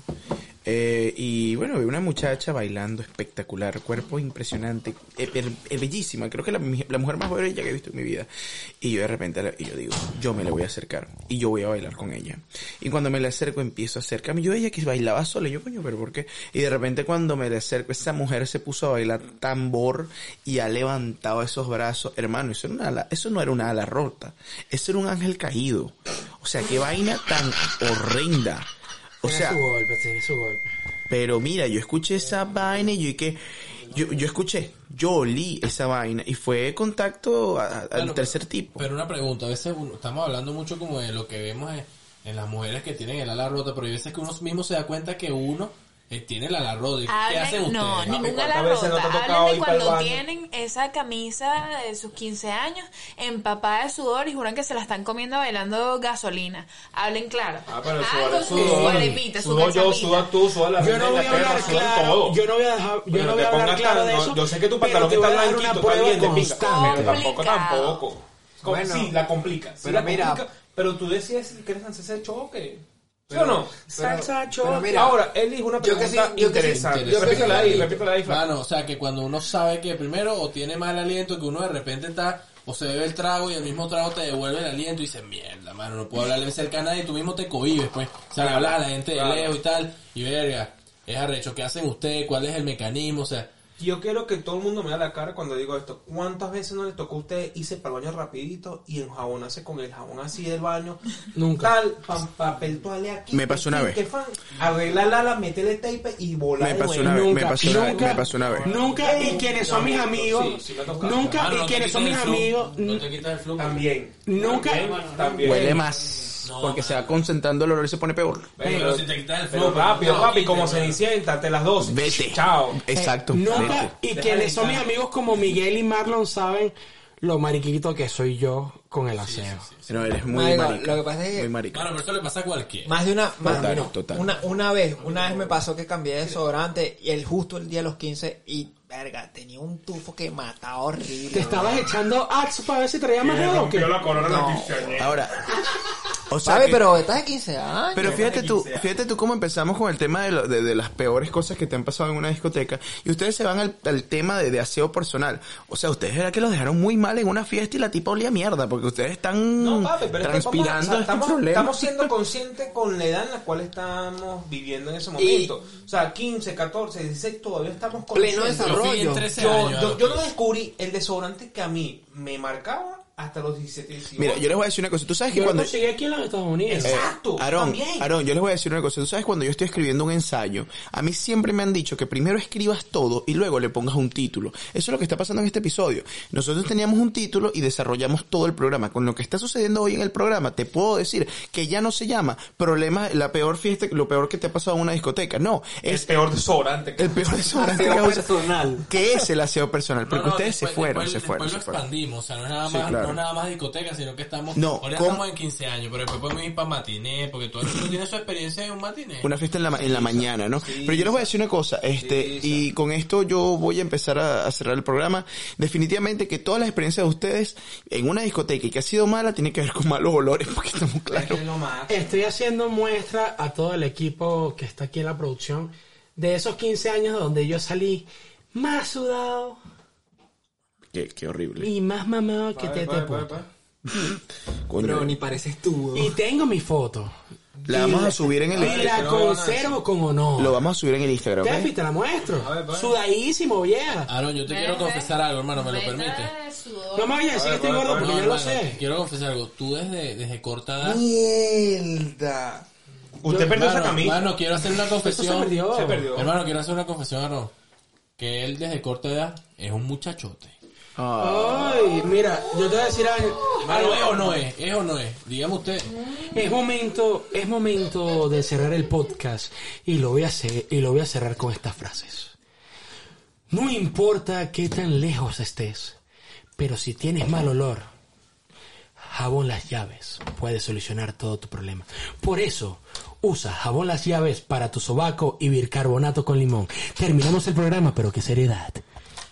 [SPEAKER 1] eh, y bueno, vi una muchacha bailando espectacular, cuerpo impresionante, eh, per- eh, bellísima, creo que la, mi- la mujer más bella que he visto en mi vida. Y yo de repente, la- y yo digo, yo me le voy a acercar y yo voy a bailar con ella. Y cuando me le acerco, empiezo a acercarme. Yo, ella que bailaba sola, y yo, coño, pero ¿por qué? Y de repente, cuando me le acerco, esa mujer se puso a bailar tambor y ha levantado esos brazos. Hermano, eso, era una ala- eso no era una ala rota, eso era un ángel caído. O sea, qué vaina tan horrenda. O
[SPEAKER 6] Tiene
[SPEAKER 1] sea,
[SPEAKER 6] su golpe, tiene su golpe.
[SPEAKER 1] pero mira, yo escuché esa vaina y yo que yo, yo escuché, yo olí esa vaina y fue contacto a- a- al
[SPEAKER 4] Claro,
[SPEAKER 1] tercer tipo.
[SPEAKER 4] Pero una pregunta, a veces uno- estamos hablando mucho como de lo que vemos en, en las mujeres que tienen el ala rota, pero hay veces que uno mismo se da cuenta que uno eh, tiene el ala rota. ¿Qué hacen
[SPEAKER 3] Hablen,
[SPEAKER 4] ustedes?
[SPEAKER 3] no, ningún
[SPEAKER 5] ¿cuántas
[SPEAKER 3] ala
[SPEAKER 5] veces no te ha
[SPEAKER 3] rota.
[SPEAKER 5] tocado
[SPEAKER 3] Hablen de
[SPEAKER 5] ir pa'l
[SPEAKER 3] cuando
[SPEAKER 5] baño?
[SPEAKER 3] tienen esa camisa de sus 15 años empapada de sudor y juran que se la están comiendo bailando gasolina. Hablen claro.
[SPEAKER 5] Ah, pero el
[SPEAKER 3] Ah,
[SPEAKER 5] sudor
[SPEAKER 3] con
[SPEAKER 5] es
[SPEAKER 3] su
[SPEAKER 5] sudor.
[SPEAKER 3] arepita, su
[SPEAKER 5] Sudo yo,
[SPEAKER 3] calzamita.
[SPEAKER 5] sudas tú, sudas la
[SPEAKER 6] Yo
[SPEAKER 5] reina
[SPEAKER 6] no
[SPEAKER 5] de
[SPEAKER 6] voy a
[SPEAKER 5] Inglaterra,
[SPEAKER 6] hablar
[SPEAKER 5] sudan
[SPEAKER 6] claro,
[SPEAKER 5] todos.
[SPEAKER 6] yo no voy a dejar, yo
[SPEAKER 5] Pero
[SPEAKER 6] no voy
[SPEAKER 5] te
[SPEAKER 6] a hablar
[SPEAKER 5] pongas
[SPEAKER 6] claro
[SPEAKER 5] tan-
[SPEAKER 6] de
[SPEAKER 5] no,
[SPEAKER 6] eso.
[SPEAKER 5] Yo sé que tu
[SPEAKER 6] pero
[SPEAKER 5] pantalón
[SPEAKER 6] te voy
[SPEAKER 5] está
[SPEAKER 6] a dar
[SPEAKER 5] blanquito,
[SPEAKER 6] una
[SPEAKER 5] está bien,
[SPEAKER 6] prueba
[SPEAKER 5] te pica. Pero
[SPEAKER 6] constante.
[SPEAKER 5] tampoco,
[SPEAKER 3] Complicado.
[SPEAKER 5] tampoco. Com-
[SPEAKER 8] Bueno.
[SPEAKER 5] sí, la complicas. Sí,
[SPEAKER 8] Pero
[SPEAKER 5] la
[SPEAKER 8] mira.
[SPEAKER 5] complica, pero tú decides si quieres lanzar ese choque. ¿Sí o no?
[SPEAKER 6] Salsa,
[SPEAKER 8] pero
[SPEAKER 6] choque.
[SPEAKER 8] mira,
[SPEAKER 5] Ahora, él dijo una
[SPEAKER 8] yo que
[SPEAKER 5] pregunta
[SPEAKER 8] sí- yo que sí-
[SPEAKER 5] interesante.
[SPEAKER 4] Interesante.
[SPEAKER 5] repítela ahí, repítela ahí, Fran.
[SPEAKER 4] Mano, o sea, que cuando uno sabe que primero o tiene mal aliento, que uno de repente está o se bebe el trago y el mismo trago te devuelve el aliento y dices, mierda, mano, no puedo hablarle cerca a nadie, tú mismo te cohibes, pues. O sea, le hablas a la gente de
[SPEAKER 5] Claro.
[SPEAKER 4] lejos y tal, y verga, es arrecho, ¿qué hacen ustedes? ¿Cuál es el mecanismo? O sea,
[SPEAKER 5] Yo quiero que todo el mundo me da la cara cuando digo esto. ¿Cuántas veces no le tocó a usted irse para el baño rapidito y enjabonarse con el jabón así del baño?
[SPEAKER 6] Nunca.
[SPEAKER 5] Tal, pa- papel toalé aquí.
[SPEAKER 1] Me pasó una
[SPEAKER 5] que-
[SPEAKER 1] vez.
[SPEAKER 5] que fan, Arregla la ala, métele tape y volar
[SPEAKER 1] Me
[SPEAKER 5] de
[SPEAKER 1] pasó
[SPEAKER 5] nuevo.
[SPEAKER 1] una vez, me
[SPEAKER 6] Nunca,
[SPEAKER 1] pasó una vez,
[SPEAKER 6] nunca,
[SPEAKER 1] me pasó una vez.
[SPEAKER 6] Nunca, y quienes son mis amigos,
[SPEAKER 5] Sí, sí me ha tocado.
[SPEAKER 6] nunca,
[SPEAKER 4] mano,
[SPEAKER 6] y
[SPEAKER 4] Ah, no te
[SPEAKER 6] quienes son mis
[SPEAKER 4] quites el flu,
[SPEAKER 6] amigos,
[SPEAKER 4] No te quitas el flujo.
[SPEAKER 5] También.
[SPEAKER 6] Nunca-
[SPEAKER 5] También. también.
[SPEAKER 1] Huele más, porque se va concentrando el olor y se pone peor.
[SPEAKER 4] Pero, si te quitas el
[SPEAKER 5] Pero
[SPEAKER 4] flujo.
[SPEAKER 5] rápido,
[SPEAKER 4] no,
[SPEAKER 5] papi,
[SPEAKER 4] quítalo,
[SPEAKER 5] como
[SPEAKER 4] mano.
[SPEAKER 5] Cenicienta, te las dos.
[SPEAKER 1] Vete.
[SPEAKER 5] Chao.
[SPEAKER 1] Exacto.
[SPEAKER 6] Nunca,
[SPEAKER 1] vete.
[SPEAKER 6] y quienes son mis amigos como Miguel y Marlon saben lo mariquito que soy yo con el aseo.
[SPEAKER 1] No, eres muy
[SPEAKER 8] Marico,
[SPEAKER 1] marica.
[SPEAKER 8] lo que pasa es que-
[SPEAKER 1] Muy marica.
[SPEAKER 4] Mano, pero eso le pasa a cualquiera.
[SPEAKER 8] Más de una, más,
[SPEAKER 1] Total,
[SPEAKER 8] no,
[SPEAKER 1] total.
[SPEAKER 8] Una, una vez, una vez me pasó que cambié de desodorante y el justo el día de los 15 y verga, tenía un tufo que mataba horrible.
[SPEAKER 6] ¿Te estabas echando Axe para ver si traía más
[SPEAKER 5] Le
[SPEAKER 6] dedo o qué?
[SPEAKER 5] rompió la corona a la
[SPEAKER 8] No.
[SPEAKER 5] quinceañera.
[SPEAKER 1] Ahora, o sea
[SPEAKER 8] ¿Sabes?
[SPEAKER 1] que-
[SPEAKER 8] Pero estás de 15 años.
[SPEAKER 1] Pero fíjate tú, fíjate tú cómo empezamos con el tema de, lo- de- de las peores cosas que te han pasado en una discoteca y ustedes se van al, al tema de, de aseo personal. O sea, ustedes era que los dejaron muy mal en una fiesta y la tipa olía mierda porque ustedes están
[SPEAKER 5] No, papi, pero es que vamos a- o
[SPEAKER 1] transpirando
[SPEAKER 5] sea,
[SPEAKER 1] este
[SPEAKER 5] estamos,
[SPEAKER 1] problema.
[SPEAKER 5] estamos siendo conscientes con la edad en la cual estamos viviendo en ese momento. O sea, 15, 14, 16, todavía estamos
[SPEAKER 8] Pleno
[SPEAKER 4] Yo
[SPEAKER 5] conscientes.
[SPEAKER 4] fui en
[SPEAKER 8] desarrollo.
[SPEAKER 4] 13
[SPEAKER 5] Yo,
[SPEAKER 4] años.
[SPEAKER 5] yo, yo no descubrí el desodorante que a mí me marcaba hasta los 17, 18.
[SPEAKER 1] Mira, yo les voy a decir una cosa. Tú sabes que
[SPEAKER 6] Yo lo
[SPEAKER 1] cuando
[SPEAKER 6] conseguí aquí en los Estados Unidos.
[SPEAKER 5] Eh, Exacto,
[SPEAKER 1] Aarón,
[SPEAKER 5] también.
[SPEAKER 1] Aarón, yo les voy a decir una cosa. Tú sabes, cuando yo estoy escribiendo un ensayo, a mí siempre me han dicho que primero escribas todo y luego le pongas un título. Eso es lo que está pasando en este episodio. Nosotros teníamos un título y desarrollamos todo el programa. Con lo que está sucediendo hoy en el programa, te puedo decir que ya no se llama problema, la peor fiesta, lo peor que te ha pasado en una discoteca. No,
[SPEAKER 5] es
[SPEAKER 1] es
[SPEAKER 5] peor desodorante. que-
[SPEAKER 1] el peor desodorante que
[SPEAKER 6] Aseo
[SPEAKER 1] usa-
[SPEAKER 6] personal.
[SPEAKER 1] que es el aseo personal. Porque
[SPEAKER 4] No, no,
[SPEAKER 1] ustedes se
[SPEAKER 4] después-
[SPEAKER 1] fueron,
[SPEAKER 4] después-
[SPEAKER 1] se fueron,
[SPEAKER 4] después
[SPEAKER 1] se
[SPEAKER 4] lo
[SPEAKER 1] fueron.
[SPEAKER 4] expandimos, o sea, no es nada
[SPEAKER 1] Sí,
[SPEAKER 4] más,
[SPEAKER 1] claro.
[SPEAKER 4] no es nada más discoteca, sino que estamos,
[SPEAKER 1] No,
[SPEAKER 4] ahora
[SPEAKER 1] ¿cómo?
[SPEAKER 4] estamos en 15 años, pero después podemos ir para matiné, porque todo el mundo tiene su experiencia en un matiné.
[SPEAKER 1] Una fiesta en la, ma- en la mañana, ¿no? Pero yo les voy a decir una cosa, este, y con esto yo voy a empezar a, a cerrar el programa. Definitivamente que todas las experiencias de ustedes en una discoteca y que ha sido mala tiene que ver con malos olores, porque estamos claros.
[SPEAKER 5] Es lo más.
[SPEAKER 6] Estoy haciendo muestra a todo el equipo que está aquí en la producción de esos 15 años donde yo salí más sudado
[SPEAKER 1] Qué, qué horrible.
[SPEAKER 6] y más mamado que
[SPEAKER 5] Pa,
[SPEAKER 6] te
[SPEAKER 5] pa,
[SPEAKER 6] te
[SPEAKER 5] pa,
[SPEAKER 6] puta.
[SPEAKER 5] pa.
[SPEAKER 1] Coño.
[SPEAKER 8] Pero ni pareces tú.
[SPEAKER 6] Y tengo mi foto.
[SPEAKER 1] La vamos a subir en el
[SPEAKER 6] Y la conservo con honor.
[SPEAKER 1] Lo vamos a subir en el Instagram. ¿eh? ¿ok?
[SPEAKER 6] Tefi, te la muestro. Sudadísimo, vieja.
[SPEAKER 4] Aaron, yo te quiero confesar algo, hermano, ¿me lo permites?
[SPEAKER 6] No me vayas a decir que estoy gordo porque yo lo
[SPEAKER 4] hermano,
[SPEAKER 6] sé.
[SPEAKER 4] Quiero confesar algo. Tú desde, desde corta edad.
[SPEAKER 5] Mierda. Usted perdió esa
[SPEAKER 4] Hermano,
[SPEAKER 5] camisa.
[SPEAKER 4] Hermano, quiero hacer una confesión.
[SPEAKER 6] se perdió.
[SPEAKER 5] Se perdió.
[SPEAKER 4] Hermano, quiero hacer una confesión, Aaron. Que él desde corta edad es un muchachote.
[SPEAKER 6] Ay, mira, yo te voy a decir algo.
[SPEAKER 4] Hermano, ¿es o no es? ¿Es o no es? Dígame usted.
[SPEAKER 6] Es momento, es momento de cerrar el podcast y lo voy a hacer, y lo voy a cerrar con estas frases. No importa qué tan lejos estés, pero si tienes mal olor, jabón las llaves puede solucionar todo tu problema. Por eso, usa jabón las llaves para tu sobaco y bicarbonato con limón. Terminamos el programa, pero qué seriedad.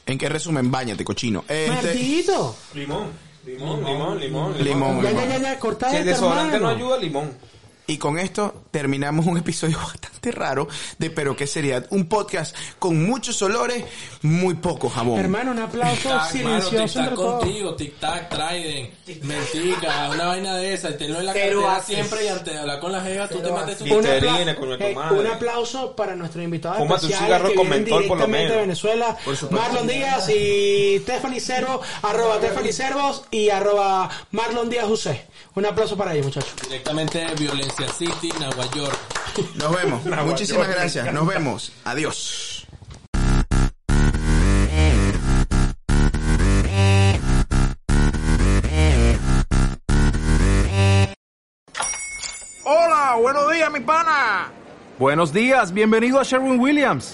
[SPEAKER 1] ¿En qué resumen? Báñate, cochino. Este,
[SPEAKER 6] Maldito.
[SPEAKER 5] Limón. Limón, limón, limón.
[SPEAKER 1] limón,
[SPEAKER 6] Ya, ya,
[SPEAKER 1] limón.
[SPEAKER 6] ya, ya, corta
[SPEAKER 5] Si el
[SPEAKER 6] esto,
[SPEAKER 5] desodorante no
[SPEAKER 6] hermano.
[SPEAKER 5] ayuda, limón.
[SPEAKER 1] Y con esto terminamos un episodio bastante raro de Pero qué seriedad. Un podcast con muchos olores, muy poco jabón.
[SPEAKER 6] Hermano, un aplauso
[SPEAKER 4] Tic-tac, mano,
[SPEAKER 6] silencioso entre
[SPEAKER 4] Tic-tac
[SPEAKER 6] todos.
[SPEAKER 4] contigo, tic-tac, Trident, mentica, una vaina de esa. Y tenlo en la
[SPEAKER 6] Cero
[SPEAKER 4] cartera
[SPEAKER 6] haces.
[SPEAKER 4] siempre y antes de hablar con la jeva, tú te metes tu
[SPEAKER 5] haces.
[SPEAKER 6] Un,
[SPEAKER 5] Una-
[SPEAKER 4] tic-tac.
[SPEAKER 5] Vitrina,
[SPEAKER 6] apla-
[SPEAKER 5] coño, tu
[SPEAKER 6] eh,
[SPEAKER 5] madre.
[SPEAKER 6] un aplauso para nuestro invitado
[SPEAKER 5] Fómate un
[SPEAKER 6] especial
[SPEAKER 5] cigarro
[SPEAKER 6] que
[SPEAKER 5] con
[SPEAKER 6] vienen
[SPEAKER 5] mentol, por lo
[SPEAKER 6] directamente de
[SPEAKER 5] menos.
[SPEAKER 6] Venezuela.
[SPEAKER 1] Por supuesto.
[SPEAKER 6] Marlon Díaz y Stephanie Cervo, arroba Stephanie Cervos y arroba Marlon Díaz José. Un aplauso para ellos, muchachos.
[SPEAKER 4] Directamente de Violencia City, Nueva York.
[SPEAKER 1] Nos vemos.
[SPEAKER 5] Una
[SPEAKER 1] Muchísimas
[SPEAKER 5] guayota, me
[SPEAKER 1] gracias. Nos vemos. Adiós.
[SPEAKER 9] Hola, buenos días, mi pana. Buenos días, bienvenido a Sherwin Williams.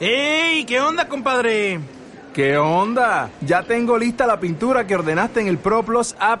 [SPEAKER 9] ¡Ey! ¿Qué onda, compadre? ¿Qué onda? Ya tengo lista la pintura que ordenaste en el ProPlus app.